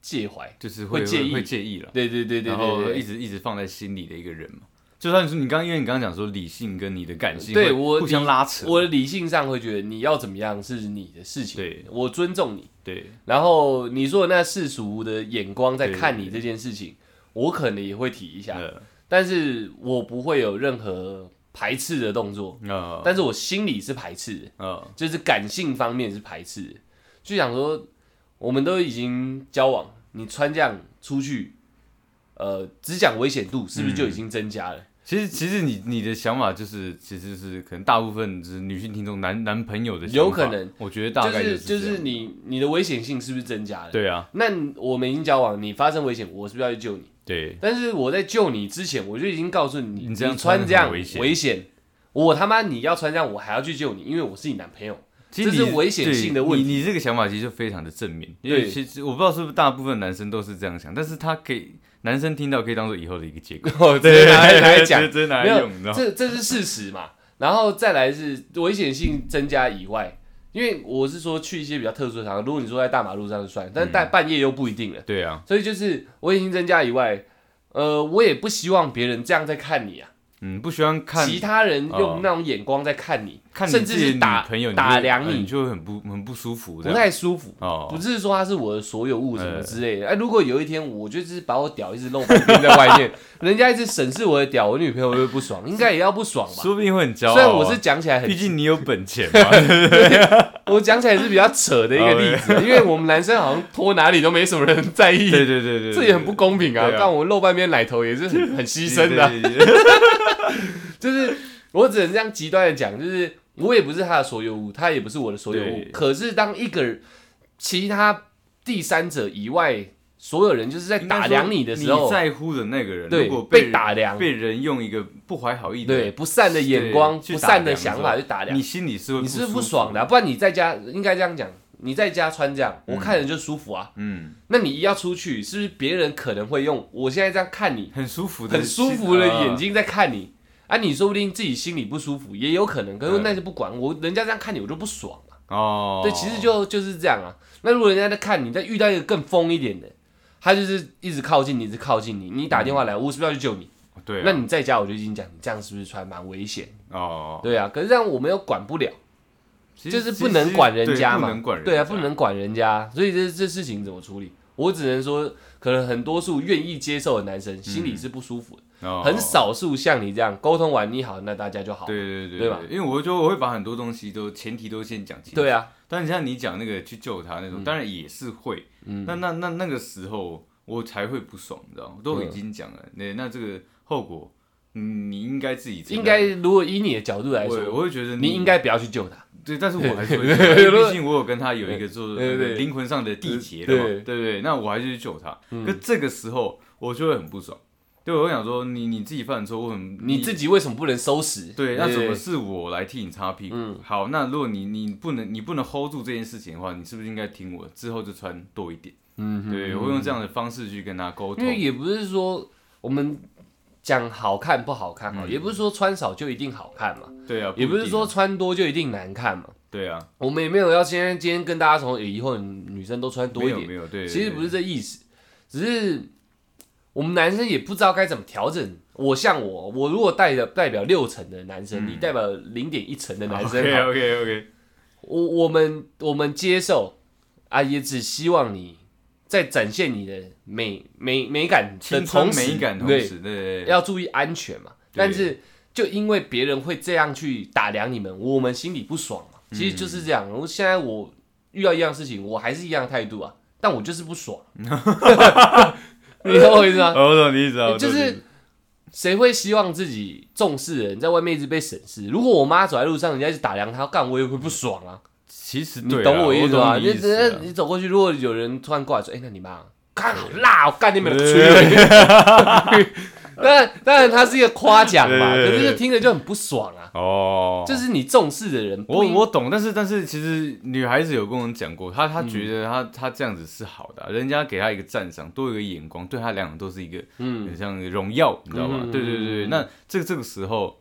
Speaker 2: 介怀。
Speaker 3: 就是
Speaker 2: 会
Speaker 3: 会
Speaker 2: 介意
Speaker 3: 会介意了，
Speaker 2: 对对对对
Speaker 3: 然
Speaker 2: 对
Speaker 3: 后
Speaker 2: 对
Speaker 3: 一直一直放在心里的一个人嘛。就算是你刚，因为你刚刚讲说理性跟你的感性会
Speaker 2: 对我
Speaker 3: 互相拉扯，
Speaker 2: 我理性上会觉得你要怎么样是你的事情，
Speaker 3: 对
Speaker 2: 我尊重你。
Speaker 3: 对
Speaker 2: 然后你说的那世俗的眼光在看
Speaker 3: 对
Speaker 2: 你这件事情，我可能也会提一下，
Speaker 3: 呃
Speaker 2: 但是我不会有任何排斥的动作，
Speaker 3: 呃
Speaker 2: 但是我心里是排斥的，
Speaker 3: 呃，
Speaker 2: 就是感性方面是排斥的，就想说我们都已经交往，你穿这样出去，呃，只讲危险度是不是就已经增加了？
Speaker 3: 其实其实你你的想法就是，其实是可能大部分就是女性听众男男朋友的想法，
Speaker 2: 有可能，
Speaker 3: 我觉得大概
Speaker 2: 就是
Speaker 3: 这样
Speaker 2: 是你你的危险性是不是增加了？
Speaker 3: 对啊
Speaker 2: 那你我们已经交往，你发生危险，我是不是要去救你？
Speaker 3: 对
Speaker 2: 但是我在救你之前，我就已经告诉你，
Speaker 3: 你这样
Speaker 2: 穿这样
Speaker 3: 穿很危险
Speaker 2: 危险，我他妈你要穿这样，我还要去救你，因为我是你男朋友。
Speaker 3: 其实
Speaker 2: 这是
Speaker 3: 你
Speaker 2: 危险性
Speaker 3: 对
Speaker 2: 的问题
Speaker 3: 你你这个想法其实就非常的正面，因为
Speaker 2: 对
Speaker 3: 其实我不知道是不是大部分男生都是这样想，但是他可以男生听到可以当做以后的一个借口，
Speaker 2: 哦，拿来拿来讲，
Speaker 3: 这拿
Speaker 2: 没
Speaker 3: 来
Speaker 2: 有
Speaker 3: 用，你知道吗？
Speaker 2: 这这是事实嘛？然后再来是危险性增加以外，因为我是说去一些比较特殊的场合，如果你说在大马路上就算，
Speaker 3: 嗯
Speaker 2: 但是大半夜又不一定了。
Speaker 3: 对啊，
Speaker 2: 所以就是危险性增加以外，呃，我也不希望别人这样在看你啊。
Speaker 3: 嗯，不喜欢看
Speaker 2: 其他人用
Speaker 3: 哦
Speaker 2: 那种眼光在看你，
Speaker 3: 看你
Speaker 2: 甚
Speaker 3: 自
Speaker 2: 至
Speaker 3: 己的
Speaker 2: 是
Speaker 3: 女
Speaker 2: 打
Speaker 3: 朋友你就
Speaker 2: 打
Speaker 3: 会
Speaker 2: 量
Speaker 3: 呃你
Speaker 2: 你，
Speaker 3: 就会很不很不舒服，
Speaker 2: 不
Speaker 3: 这样
Speaker 2: 太舒服。不
Speaker 3: 哦，呃
Speaker 2: 是说他是我的所有物什么之类的。哎、如果有一天我就是把我屌一直露半边在 外面，人家一直审视我的屌，我女朋友会不会不爽？应该也要不爽吧？
Speaker 3: 说不定会很骄傲啊。
Speaker 2: 虽然我是讲起来很
Speaker 3: 毕，竟你有本钱 嘛，
Speaker 2: 我讲起来是比较扯的一
Speaker 3: 哦
Speaker 2: 个例子，因为我们男生好像拖哪里都没什么人在意，
Speaker 3: 对对对对，
Speaker 2: 这也很不公平啊！
Speaker 3: 对啊
Speaker 2: 但我露半边奶头也是很很牺牲的啊、
Speaker 3: 对。对对对
Speaker 2: 就是我只能这样极端的讲，就是我也不是他的所有物，他也不是我的所有物
Speaker 3: 对。
Speaker 2: 可是当一个人其他第三者以外所有人就是在 打量你的时
Speaker 3: 你
Speaker 2: 候，
Speaker 3: 在乎的那个人，
Speaker 2: 对
Speaker 3: 如果人
Speaker 2: 被打量，
Speaker 3: 被人用一个不怀好意的
Speaker 2: 对不善的眼光、
Speaker 3: 去
Speaker 2: 不
Speaker 3: 去
Speaker 2: 善的
Speaker 3: 打量的时候
Speaker 2: 想法去打量
Speaker 3: 你，心里是会
Speaker 2: 你是不是
Speaker 3: 舒服
Speaker 2: 不爽的啊、不然你在家应该这样讲，你在家穿这样，我看着就舒服啊。
Speaker 3: 嗯，
Speaker 2: 那你一要出去，是不是别人可能会用我现在这样看你，
Speaker 3: 很舒服的，呃
Speaker 2: 很舒服的啊眼，睛在看你啊，你说不定自己心里不舒服，也有可能，可是
Speaker 3: 嗯
Speaker 2: 那就不管我，人家这样看你我就不爽嘛。
Speaker 3: 啊、哦，
Speaker 2: 对，其实就就是这样啊。那如果人家在看你，再遇到一个更疯一点的，他就是一直靠近你，一直靠近你。你打电话来，我是不是要去救你？
Speaker 3: 对啊，
Speaker 2: 那你在家我就已经讲，你这样是不是穿蛮危险？
Speaker 3: 哦，
Speaker 2: 对啊，可是这样我们又管不了，
Speaker 3: 其
Speaker 2: 就
Speaker 3: 实
Speaker 2: 是不能管人家
Speaker 3: 对
Speaker 2: 嘛，
Speaker 3: 不能管人家，
Speaker 2: 对啊，不能管人家，所以这这事情怎么处理？我只能说，可能很多数愿意接受的男生心里是不舒服的，
Speaker 3: 嗯哦，
Speaker 2: 很少数像你这样沟通完你好，那大家就好。
Speaker 3: 对，对对
Speaker 2: 对吧
Speaker 3: 因为我觉得我会把很多东西都前提都先讲清楚。
Speaker 2: 对啊，
Speaker 3: 但你像你讲那个去救他
Speaker 2: 嗯
Speaker 3: 那种，当然也是会。那那那那个时候我才会不爽，你知道吗？都已经讲了，那那这个后果，嗯你应该自己承担
Speaker 2: 应该如果以你的角度来
Speaker 3: 我
Speaker 2: 说，
Speaker 3: 我会觉得
Speaker 2: 你应该不要去救他。
Speaker 3: 对，但是 我还是会救他，因为毕竟我有跟他有一个做呃
Speaker 2: 对对对
Speaker 3: 灵魂上的缔结的嘛，
Speaker 2: 对嗯
Speaker 3: 对不对？那我还是去救他。可这个时候我就会很不爽，对，我会想说你你自己犯错，我很
Speaker 2: 你自己为什么不能收拾？
Speaker 3: 对，那怎么是我来替你擦屁股？
Speaker 2: 嗯
Speaker 3: 好，那如果你你不能你不能 hold 住这件事情的话，你是不是应该听我之后就穿多一点？嗯，对，我会用这样的方式去跟他沟
Speaker 2: 因为
Speaker 3: 通。
Speaker 2: 也不是说我们讲好看不好看哈，也不是说穿少就一定好看嘛，
Speaker 3: 对啊，
Speaker 2: 也
Speaker 3: 嗯
Speaker 2: 不
Speaker 3: 一
Speaker 2: 是
Speaker 3: 定
Speaker 2: 说
Speaker 3: 啊
Speaker 2: 穿多就一定难看嘛。
Speaker 3: 对啊，
Speaker 2: 我们也没有要今天今天跟大家从诶以后女生都穿多一
Speaker 3: 没有没
Speaker 2: 点，
Speaker 3: 有对，
Speaker 2: 其实不是
Speaker 3: 这
Speaker 2: 这意思，只是我们男生也不知道该怎么调整。我像我，我如果代表代表六成的男生，你代表零点一成的男生，
Speaker 3: 嗯 OK
Speaker 2: 好
Speaker 3: OK OK，
Speaker 2: 我我们我们接受啊，也只希望你在展现你的美美美感的
Speaker 3: 青春
Speaker 2: 同时，
Speaker 3: 美感同
Speaker 2: 对
Speaker 3: 时，对对对，
Speaker 2: 要注意安全嘛。
Speaker 3: 对
Speaker 2: 但是就因为别人会这样去打量你们，我们心里不爽嘛。其
Speaker 3: 嗯
Speaker 2: 实就是这样。然后现在我遇到一样事情，我还是一样的态度啊，但我就是不 爽。你懂我意思吗？
Speaker 3: 哦我懂你意思啊，我懂
Speaker 2: 就
Speaker 3: 你意
Speaker 2: 是
Speaker 3: 思
Speaker 2: 谁会希望自己重视的人在外面一直被审视？如果我妈走在路上，人家一直打量她，干我也会不爽啊。
Speaker 3: 其实
Speaker 2: 你
Speaker 3: 对啊
Speaker 2: 懂我
Speaker 3: 我
Speaker 2: 意思
Speaker 3: 懂
Speaker 2: 吗？
Speaker 3: 你
Speaker 2: 你
Speaker 3: 意思
Speaker 2: 只
Speaker 3: 啊
Speaker 2: 你走过去，如果有人突然过来说：“哎、那你妈看好辣哦，我干你们的吹。” 当然，当然，它是一个夸奖嘛，
Speaker 3: 对对
Speaker 2: 可
Speaker 3: 对
Speaker 2: 是就听着就很不爽啊。
Speaker 3: 哦，
Speaker 2: 就是你重视的人，不
Speaker 3: 我
Speaker 2: 应
Speaker 3: 我懂，但是但是其实女孩子有跟我讲过，她她
Speaker 2: 嗯
Speaker 3: 觉得她、她这样子是好的啊、人家给她一个赞赏，多一个眼光，对她两个都是一个很像荣耀，你知道吗？
Speaker 2: 嗯
Speaker 3: 对对对，那这个这个时候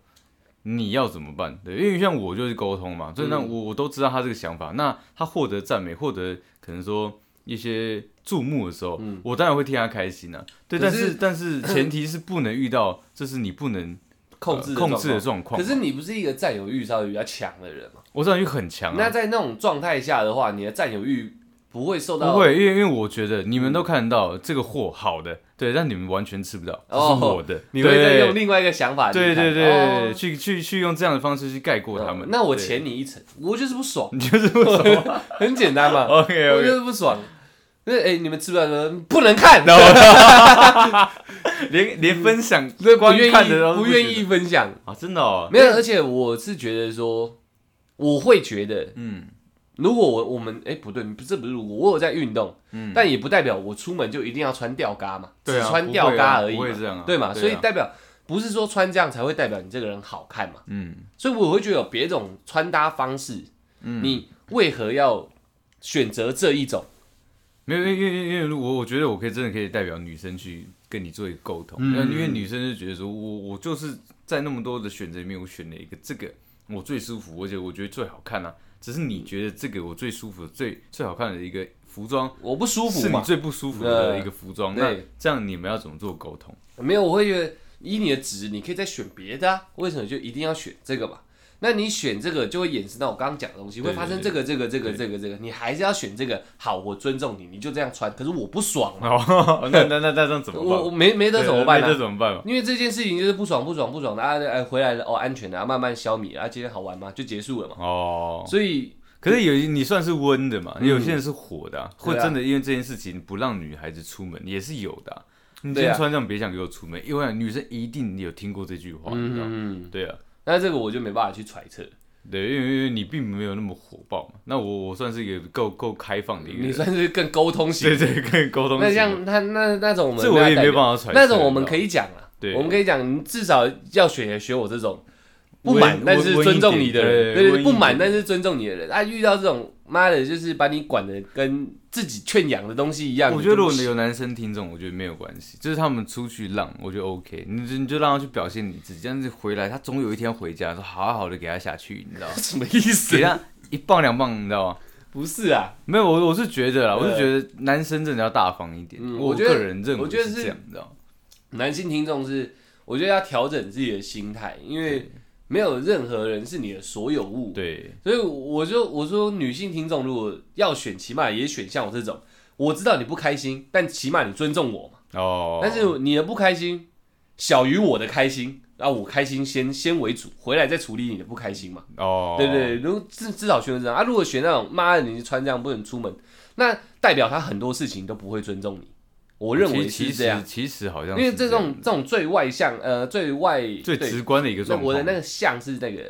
Speaker 3: 你要怎么办？对，因为像我就是沟通嘛，所以那
Speaker 2: 嗯
Speaker 3: 我我都知道她这个想法，那她获得赞美，获得可能说一些注目的时候，我当然会替她开心啊。对，
Speaker 2: 嗯可
Speaker 3: 但
Speaker 2: 是
Speaker 3: 是但是前提是不能遇到，这是你不能
Speaker 2: 控制
Speaker 3: 呃
Speaker 2: 的
Speaker 3: 控制的
Speaker 2: 状
Speaker 3: 状
Speaker 2: 况。
Speaker 3: 况
Speaker 2: 可。是你不是一个占有欲稍微比较强的人嘛？
Speaker 3: 我占有欲很强、啊，
Speaker 2: 那在那种状态下的话，你的占有欲不会受到嗯
Speaker 3: 不会，因为因为我觉得你们都看到这个货好的，对，但你们完全吃不到，这是我的，
Speaker 2: 哦你会再
Speaker 3: 对
Speaker 2: 用另外一个想法去
Speaker 3: 对
Speaker 2: 看
Speaker 3: 对对
Speaker 2: 哦
Speaker 3: 对，去去去用这样的方式去盖过他们。
Speaker 2: 那我
Speaker 3: 对，
Speaker 2: 浅你一层，我就是不爽，
Speaker 3: 你就是不 爽。
Speaker 2: 很简单 嘛。
Speaker 3: OK
Speaker 2: 我就
Speaker 3: OK，
Speaker 2: 是不爽。那哎、你们吃不了，不能看，啊
Speaker 3: 连连分享
Speaker 2: 不
Speaker 3: 观
Speaker 2: 愿
Speaker 3: 看的
Speaker 2: 意
Speaker 3: 都
Speaker 2: 不愿意分享。
Speaker 3: 啊，真的哦，
Speaker 2: 没有，而且我是觉得说，我会觉得，
Speaker 3: 嗯，
Speaker 2: 如果我我们哎、不对，不是不是，如果我有在运动，
Speaker 3: 嗯
Speaker 2: 但也不代表我出门就一定要穿吊嘎嘛，
Speaker 3: 对啊
Speaker 2: 只穿吊嘎而已
Speaker 3: 不
Speaker 2: 嘛，
Speaker 3: 会啊不会这样啊
Speaker 2: 对嘛？
Speaker 3: 对啊
Speaker 2: 所以代表不是说穿这样才会代表你这个人好看嘛，
Speaker 3: 嗯，
Speaker 2: 所以我会觉得有别种穿搭方式，
Speaker 3: 嗯
Speaker 2: 你为何要选择这一种？
Speaker 3: 没有，因为因为因为我我觉得我可以真的可以代表女生去跟你做一个沟通，
Speaker 2: 嗯
Speaker 3: 那因为女生就觉得说我我就是在那么多的选择里面，我选了一个这个我最舒服，而且我觉得最好看啊。只是你觉得这个我最舒服、最最好看的一个服装，
Speaker 2: 我不舒服
Speaker 3: 是你
Speaker 2: 嘛？
Speaker 3: 最不舒服的一个服装，那
Speaker 2: 对
Speaker 3: 这样你们要怎么做沟通？
Speaker 2: 没有，我会觉得以你的值，你可以再选别的啊，为什么就一定要选这个嘛？那你选这个就会衍生到我刚刚讲的东西，
Speaker 3: 对
Speaker 2: 会发生这个这个这个这个这个，你还是要选这个。好，我尊重你，你就这样穿，可是我不爽嘛，
Speaker 3: 哦， 那那那那这样怎么
Speaker 2: 我我
Speaker 3: 办？
Speaker 2: 没没得怎么 办
Speaker 3: 那这
Speaker 2: 呢？
Speaker 3: 怎么办嘛？
Speaker 2: 因为这件事情就是不爽不爽不爽的啊，哎回来了哦，安全的啊，慢慢消弭啊，今天好玩吗？就结束了嘛。
Speaker 3: 哦，
Speaker 2: 所以
Speaker 3: 可是有你算是温的嘛，
Speaker 2: 嗯
Speaker 3: 有些人是火的啊，会
Speaker 2: 对啊
Speaker 3: 真的因为这件事情不让女孩子出门也是有的啊。你今
Speaker 2: 对啊
Speaker 3: 天穿这样别想给我出门，因为女生一定有听过这句话，你知道吗？
Speaker 2: 嗯，
Speaker 3: 对啊，
Speaker 2: 那这个我就没办法去揣测。
Speaker 3: 对，因为因为你并没有那么火爆嘛。那我我算是一个够够开放的一个
Speaker 2: 你
Speaker 3: 人，
Speaker 2: 算是更沟通型
Speaker 3: 对，对，跟沟通
Speaker 2: 那
Speaker 3: 型的。
Speaker 2: 这样那那那种我们
Speaker 3: 这我也没
Speaker 2: 办
Speaker 3: 办
Speaker 2: 法。
Speaker 3: 法揣测。
Speaker 2: 那种我们
Speaker 3: 你知道吗
Speaker 2: 可以讲啊，
Speaker 3: 对
Speaker 2: 我们可以讲，你至少要学也学我这种不满
Speaker 3: 温
Speaker 2: 但是
Speaker 3: 温
Speaker 2: 尊重你的人，
Speaker 3: 温一点
Speaker 2: 对
Speaker 3: 温
Speaker 2: 对对，
Speaker 3: 一
Speaker 2: 不
Speaker 3: 点
Speaker 2: 满但是尊重你的人，啊，遇到这种妈的，就是把你管的跟自己圈养的东西一样，
Speaker 3: 我
Speaker 2: 你
Speaker 3: 觉得
Speaker 2: 就
Speaker 3: 如
Speaker 2: 不
Speaker 3: 果
Speaker 2: 行
Speaker 3: 有男生听众，我觉得没有关系，就是他们出去浪，我觉得哦 OK，你就你就让他去表现你自己，这样子回来，他 总有一天回家说好好的给他下去，你知道吗？
Speaker 2: 什么意思
Speaker 3: 给？他一棒两棒，你知道吗？
Speaker 2: 不是啊，
Speaker 3: 没有，我我是觉得啦，我是觉得男生真的要大方一点。
Speaker 2: 嗯
Speaker 3: 我
Speaker 2: 我觉得
Speaker 3: 个人认
Speaker 2: 我
Speaker 3: 为
Speaker 2: 觉得是
Speaker 3: 这样，你知道吗？
Speaker 2: 男性听众是，我觉得要调整自己的心态，因为没有任何人是你的所有物。
Speaker 3: 对，
Speaker 2: 所以我就我说，女性听众如果要选，起码也选像我这种，我知道你不开心，但起码你尊重我嘛。
Speaker 3: 哦，
Speaker 2: 但是你的不开心小于我的开心，那我开心先先为主，回来再处理你的不开心嘛。
Speaker 3: 哦，
Speaker 2: 对不对，如果至至少选择这样啊。如果选那种妈的，你穿这样不能出门，那代表他很多事情都不会尊重你。我认为
Speaker 3: 哦其
Speaker 2: 是
Speaker 3: 其
Speaker 2: 这样
Speaker 3: 实，其实好像
Speaker 2: 因为
Speaker 3: 是
Speaker 2: 这
Speaker 3: 样
Speaker 2: 种这种最外向，呃，最外
Speaker 3: 最
Speaker 2: 对
Speaker 3: 直观的一个
Speaker 2: 那
Speaker 3: 状况。
Speaker 2: 我的那个象是那个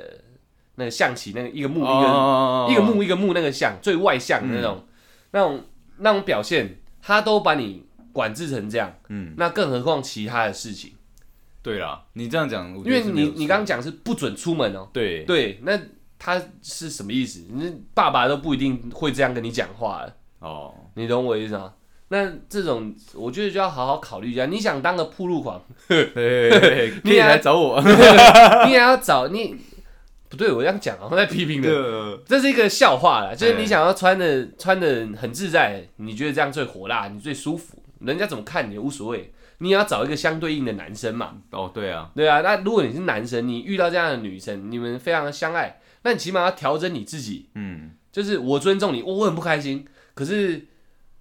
Speaker 2: 那个象棋那个一个木一个、
Speaker 3: 哦嗯
Speaker 2: 一个木一个木那个象最外向的那种、那种那种表现，他都把你管制成这样，
Speaker 3: 嗯，
Speaker 2: 那更何况其他的事情？
Speaker 3: 对啦，你这样讲，我觉得
Speaker 2: 因为
Speaker 3: 是没有
Speaker 2: 你你
Speaker 3: 错
Speaker 2: 刚刚讲是不准出门哦、
Speaker 3: 对
Speaker 2: 对，那他是什么意思？你爸爸都不一定会这样跟你讲话了，
Speaker 3: 哦，
Speaker 2: 你懂我意思吗？那这种我觉得就要好好考虑一下。你想当个铺路 狂，
Speaker 3: 对对对，可以
Speaker 2: 你还
Speaker 3: 来找 我。
Speaker 2: 你也要找你不对，我这样讲好像在批评人，
Speaker 3: 对
Speaker 2: 这是一个笑话啦。就是
Speaker 3: 哎
Speaker 2: 你想要穿的穿的很自在，你觉得这样最火辣，你最舒服，人家怎么看你也无所谓。你也要找一个相对应的男生嘛，
Speaker 3: 哦，对啊，
Speaker 2: 对啊。那如果你是男生，你遇到这样的女生，你们非常的相爱，那你起码要调整你自己，
Speaker 3: 嗯，
Speaker 2: 就是我尊重你，我我很不开心，可是，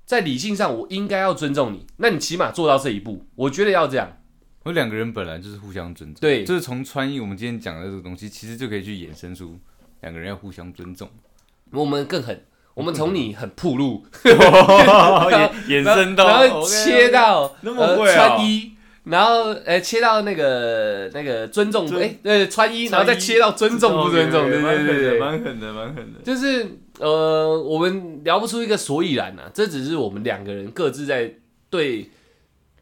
Speaker 2: 在理性上我应该要尊重你，那你起码做到这一步，我觉得要这样。
Speaker 3: 我两个人本来就是互相尊重，
Speaker 2: 对
Speaker 3: 就是从穿衣，我们今天讲的这个东西，其实就可以去衍生出两个人要互相尊重，
Speaker 2: 我们更狠，我们从你很铺路，
Speaker 3: 衍
Speaker 2: 然后然后切到
Speaker 3: 那么会
Speaker 2: 呃、
Speaker 3: 啊
Speaker 2: 穿衣。然后，呃，切到那个那个尊重，
Speaker 3: 尊
Speaker 2: 哎，对，穿
Speaker 3: 穿
Speaker 2: 衣，
Speaker 3: 衣
Speaker 2: 然后再切到尊重不尊重，对对对对，
Speaker 3: 蛮狠的，蛮狠的。
Speaker 2: 就是呃，我们聊不出一个所以然啊，这只是我们两个人各自在对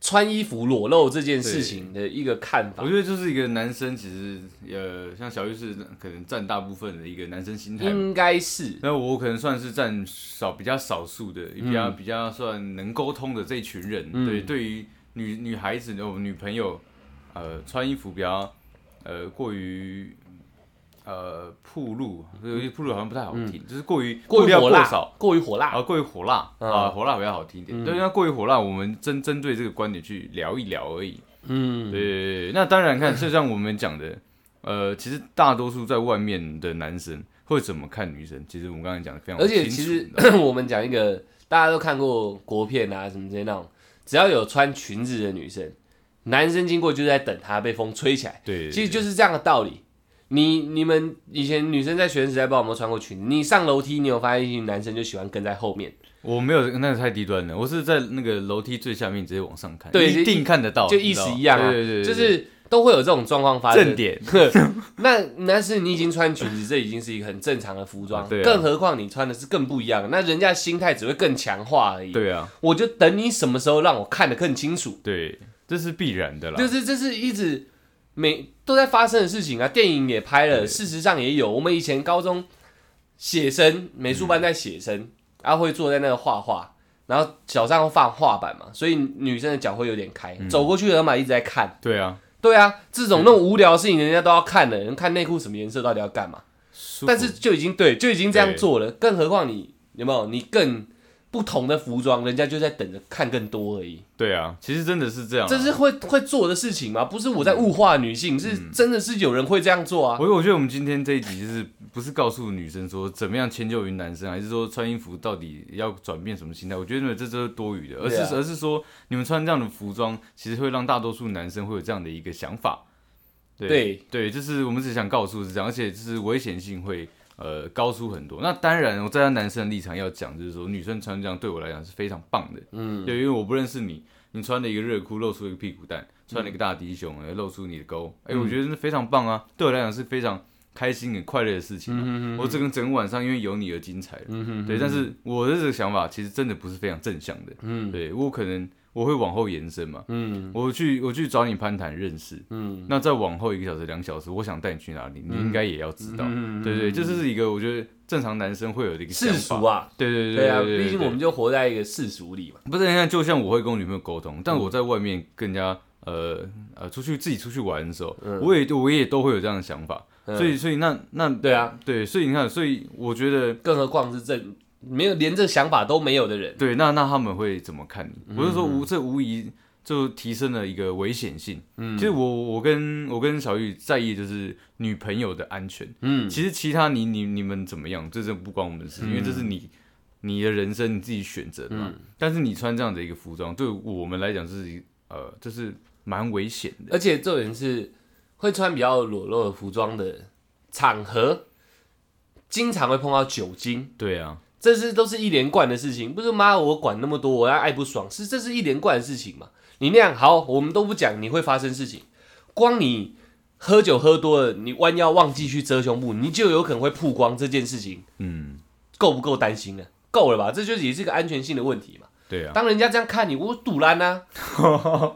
Speaker 2: 穿衣服裸露这件事情的一个看法
Speaker 3: 我。觉得就是一个男生，其实呃，像小玉是可能占大部分的一个男生心态嘛，
Speaker 2: 应该是
Speaker 3: 那我可能算是占少比较少数的，比较、比较算能沟通的这一群人。
Speaker 2: 嗯
Speaker 3: 对，对于女女孩子、我女朋友，呃，穿衣服比较呃过于呃铺路，有些铺路好像不太好听，就是过于
Speaker 2: 过
Speaker 3: 布
Speaker 2: 于
Speaker 3: 料
Speaker 2: 火
Speaker 3: 过
Speaker 2: 辣
Speaker 3: 少。，
Speaker 2: 过于火辣，
Speaker 3: 啊，过于火辣啊、
Speaker 2: 嗯
Speaker 3: 火辣比较好听一点。对，那过于火辣，我们针针对这个观点去聊一聊而已。
Speaker 2: 嗯，
Speaker 3: 对对对，那当然看，就像我们讲的，呃，其实大多数在外面的男生会怎么看女生，其实我们刚才讲的非常
Speaker 2: 而
Speaker 3: 清楚，
Speaker 2: 且其实
Speaker 3: 你知道吗
Speaker 2: 我们讲一个，大家都看过国片啊什么之类那种，只要有穿裙子的女生，男生经过就是在等她被风吹起来，
Speaker 3: 对，
Speaker 2: 其实就是是这样的道理。你你们以前女生在学生时代，不知道有没有穿过裙子？你上楼梯，你有发现一群男生就喜欢跟在后面，
Speaker 3: 我没有那个太低端了，我是在那个楼梯最下面直接往上看，
Speaker 2: 对
Speaker 3: 一
Speaker 2: 就
Speaker 3: 定看得到，
Speaker 2: 就
Speaker 3: 你
Speaker 2: 意
Speaker 3: 哦知道
Speaker 2: 思
Speaker 3: 吗
Speaker 2: 一样啊，
Speaker 3: 对对对，对
Speaker 2: 就是都会有这种状况发生
Speaker 3: 正。点，
Speaker 2: 那那是你已经穿裙子，这已经是一个很正常的服装，
Speaker 3: 啊对啊
Speaker 2: 更何况你穿的是更不一样的，那人家心态只会更强化而已。
Speaker 3: 对啊，
Speaker 2: 我就等你什么时候让我看得更清楚，
Speaker 3: 对，这是必然的啦，
Speaker 2: 就是这是一直每都在发生的事情啊，电影也拍了，
Speaker 3: 对
Speaker 2: 事实上也有，我们以前高中写生，美术班在写
Speaker 3: 嗯
Speaker 2: 生，然后会坐在那个画画，然后脚上放画板嘛，所以女生的脚会有点开，
Speaker 3: 嗯
Speaker 2: 走过去的人嘛一直在看，
Speaker 3: 对啊，
Speaker 2: 对啊，这种那种无聊的事情人家都要看的，人看内裤什么颜色到底要干嘛？
Speaker 3: 舒服
Speaker 2: 但是就已经对，就已经这样
Speaker 3: 对
Speaker 2: 做了，更何况你有没有你更不同的服装，人家就在等着看更多而已。
Speaker 3: 对啊，其实真的是这样啊，嗯
Speaker 2: 这是会会做的事情吗？不是我在物化女性，是真的是有人会这样做啊。
Speaker 3: 我我觉得我们今天这一集就是不是告诉女生说怎么样迁就于男生，还是说穿衣服到底要转变什么心态？我觉得这都是多余的，而是、
Speaker 2: 对啊
Speaker 3: 而是说你们穿这样的服装，其实会让大多数男生会有这样的一个想法。对
Speaker 2: 对
Speaker 3: 就是我们只想告诉是这样，而且就是危险性会呃高出很多。那当然，我站在男生的立场要讲，就是说女生穿这样对我来讲是非常棒的。嗯，对，因为我不认识你，你穿了一个热裤，露出一个屁股
Speaker 2: 嗯
Speaker 3: 蛋，穿了一个大低胸，呃露出你的沟，哎、我觉得那非常棒啊，对我来讲是非常开心很快乐的事
Speaker 2: 嗯
Speaker 3: 情、啊。我整个整个晚上因为有你而精彩了。对，但是我的这个想法其实真的不是非常正向的。嗯，对我可能我会往后延伸嘛。嗯，我去我去找你攀谈认识。嗯，那再往后一个小时、两小时，我想带你去哪里，
Speaker 2: 嗯
Speaker 3: 你应该也要知道。对对，这是一个我觉得正常男生会有的一个
Speaker 2: 世
Speaker 3: 想
Speaker 2: 俗
Speaker 3: 法。
Speaker 2: 啊，
Speaker 3: 对对
Speaker 2: 对啊，
Speaker 3: 对
Speaker 2: 毕竟
Speaker 3: 对
Speaker 2: 我们就活在一个世俗里嘛。
Speaker 3: 不是，你看，就像我会跟我女朋友沟通，但我在外面跟人家呃呃出去自己出去玩的时候，我也我也都会有这样的想法，
Speaker 2: 嗯
Speaker 3: 所以所以那那
Speaker 2: 对啊，
Speaker 3: 对，所以你看，所以我觉得
Speaker 2: 更何况是正没有连这个想法都没有的人，
Speaker 3: 对，那那他们会怎么看
Speaker 2: 嗯
Speaker 3: 你？我是说无这无疑就提升了一个危险性。嗯，其实我我跟我跟小玉在意的就是女朋友的安全。
Speaker 2: 嗯，
Speaker 3: 其实其他你你你们怎么样，这真的不关我们的事，因为这
Speaker 2: 嗯
Speaker 3: 是你你的人生你自己选择的嘛。但是你穿这样的一个服装，对我们来讲是一呃，就是蛮危险的。
Speaker 2: 而且重点是会穿比较裸露的服装的场合，经常会碰到酒精，
Speaker 3: 对啊，
Speaker 2: 这是都是一连贯的事情，不是妈我管那么多，我要爱不爽，是这是一连贯的事情嘛？你那样好，我们都不讲，你会发生事情，光你喝酒喝多了，你弯腰忘记去遮胸部，你就有可能会曝光这件事情，
Speaker 3: 嗯，
Speaker 2: 够不够担心呢？够了吧？这就是也是个安全性的问题嘛。
Speaker 3: 对啊，
Speaker 2: 当人家这样看你，我堵烂啊，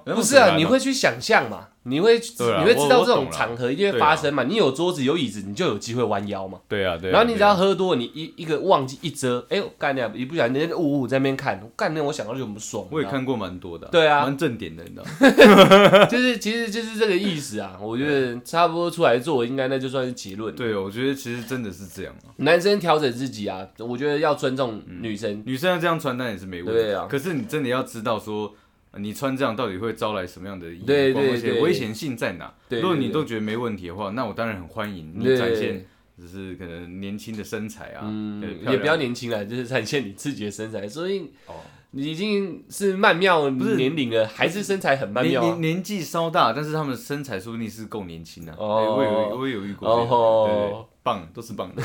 Speaker 2: 不
Speaker 3: 不
Speaker 2: 是啊，你会去想象嘛？你会
Speaker 3: 对啊
Speaker 2: 你会知道
Speaker 3: 我
Speaker 2: 这
Speaker 3: 我懂
Speaker 2: 种
Speaker 3: 了
Speaker 2: 场合一定会发生嘛？你有桌子有椅子，你就有机会弯腰嘛。
Speaker 3: 对啊，对啊。
Speaker 2: 然后你只
Speaker 3: 对啊
Speaker 2: 要喝多，你一一个忘记一遮，哎呦干掉，一不小心人家呜呜在那边看，干那我想到就很不爽。
Speaker 3: 我也
Speaker 2: 你知道
Speaker 3: 看过蛮多的、
Speaker 2: 对啊
Speaker 3: 蛮正点的，你知道吗？
Speaker 2: 吗，就是其实就是这个意思啊。我觉得差不多出来做，应该那就算是结论。，
Speaker 3: 对，我觉得其实真的是这样啊。
Speaker 2: 男生调整自己啊，我觉得要尊重女生。
Speaker 3: 女生要这样穿，那也是没问题。
Speaker 2: 对啊
Speaker 3: 可是你真的要知道说，呃你穿这样到底会招来什么样的眼光，
Speaker 2: 对对
Speaker 3: 而且
Speaker 2: 对
Speaker 3: 危险性在哪？
Speaker 2: 对对
Speaker 3: 如果你
Speaker 2: 对
Speaker 3: 都觉得没问题的话，那我当然很欢迎你
Speaker 2: 对
Speaker 3: 嗯展现，只是可能年轻的身材啊，嗯
Speaker 2: 也不要年轻了，就是展现你自己的身材。所以
Speaker 3: 哦，
Speaker 2: 你已经是曼妙年龄了，还是身材很曼
Speaker 3: 年
Speaker 2: 妙啊
Speaker 3: 年？年纪稍大，但是他们的身材说不定是够年轻的、啊。
Speaker 2: 哦
Speaker 3: 哎我有我有遇过这样的，
Speaker 2: 哦
Speaker 3: 对对对棒都是棒的。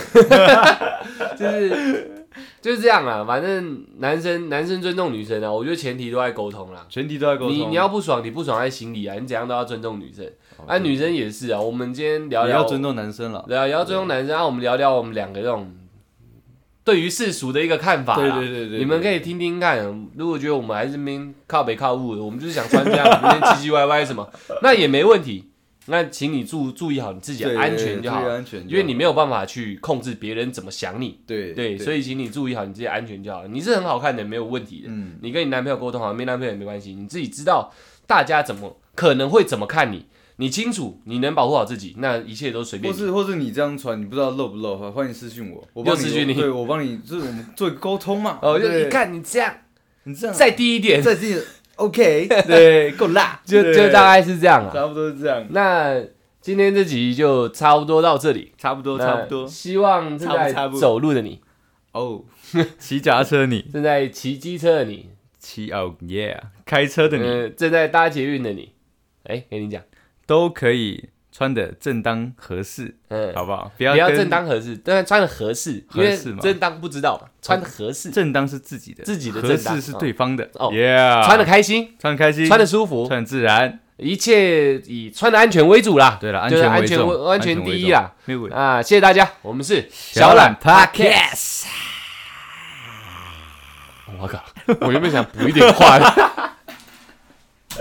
Speaker 2: 就是就是这样啊，反正男生男生尊重女生啊，我觉得前提都在沟通啊啦。
Speaker 3: 全体都在沟通。
Speaker 2: 你你要不爽，你不爽在心里啊，你怎样都要尊重女生。
Speaker 3: 哦
Speaker 2: 啊，
Speaker 3: 对
Speaker 2: 女生也是啊。我们今天聊
Speaker 3: 也
Speaker 2: 聊，
Speaker 3: 要尊重男生了。
Speaker 2: 对啊，也要尊重男生。啊，我们聊聊我们两个这种对于世俗的一个看法啦。
Speaker 3: 对对对对，
Speaker 2: 你们可以听听看，如果觉得我们还是边靠北靠物的，我们就是想穿这样，我们边唧唧歪歪 什么，那也没问题。那请你注注意好你自己
Speaker 3: 对
Speaker 2: 的
Speaker 3: 对
Speaker 2: 安全
Speaker 3: 对
Speaker 2: 就好
Speaker 3: 注意，安全就好，
Speaker 2: 因为你没有办法去控制别人怎么想你。
Speaker 3: 对
Speaker 2: 对，所以请你注意好你自己的安全就好。你是很好看的，没有问题的。
Speaker 3: 嗯
Speaker 2: 你跟你男朋友沟通好，没男朋友也没关系，你自己知道大家怎么可能会怎么看你，你清楚，你能保护好自己，那一切都随
Speaker 3: 或
Speaker 2: 便你。
Speaker 3: 是或是你这样传，你不知道漏不漏，欢迎私信我，我帮
Speaker 2: 又私讯你
Speaker 3: 对我帮你，就是我们做一个沟通嘛。
Speaker 2: 哦，就
Speaker 3: 对
Speaker 2: 你看你这样
Speaker 3: 你这样
Speaker 2: 再低 一点，
Speaker 3: 再这样 OK，对，够辣，
Speaker 2: 就就
Speaker 3: 对
Speaker 2: 大概是这样啊。
Speaker 3: 差不多是这样，
Speaker 2: 那今天这集就差不多到这里，
Speaker 3: 差不多
Speaker 2: 那希望正在
Speaker 3: 差不多
Speaker 2: 走路的你，
Speaker 3: 哦。 骑脚踏车你，
Speaker 2: 正在骑机车的你，
Speaker 3: 骑哦 yeah，开车的你
Speaker 2: 呃，正在搭捷运的你，哎，给你讲，
Speaker 3: 都可以穿的正当合适，
Speaker 2: 嗯。
Speaker 3: 好不好？不
Speaker 2: 不要
Speaker 3: 跟
Speaker 2: 正当合适，但是穿的合适，因
Speaker 3: 合
Speaker 2: 为
Speaker 3: 适嘛
Speaker 2: 正当不知道嘛，穿的合适，
Speaker 3: 正当是自己的，
Speaker 2: 自己的
Speaker 3: 合
Speaker 2: 正当
Speaker 3: 适是对方的
Speaker 2: 哦
Speaker 3: ，yeah，
Speaker 2: 穿的开心，
Speaker 3: 穿的开心，
Speaker 2: 穿的舒服，
Speaker 3: 啊穿的自然，
Speaker 2: 一切以穿的安全为主啦。
Speaker 3: 对了，安
Speaker 2: 就是
Speaker 3: 全
Speaker 2: 安
Speaker 3: 为
Speaker 2: 全
Speaker 3: 重，
Speaker 2: 安全
Speaker 3: 为
Speaker 2: 第一
Speaker 3: 重
Speaker 2: 啦。
Speaker 3: 没有问题。
Speaker 2: 啊，谢谢大家，我们是
Speaker 3: 小懒
Speaker 2: Oh Podcast。我靠，我原本想补一点话的，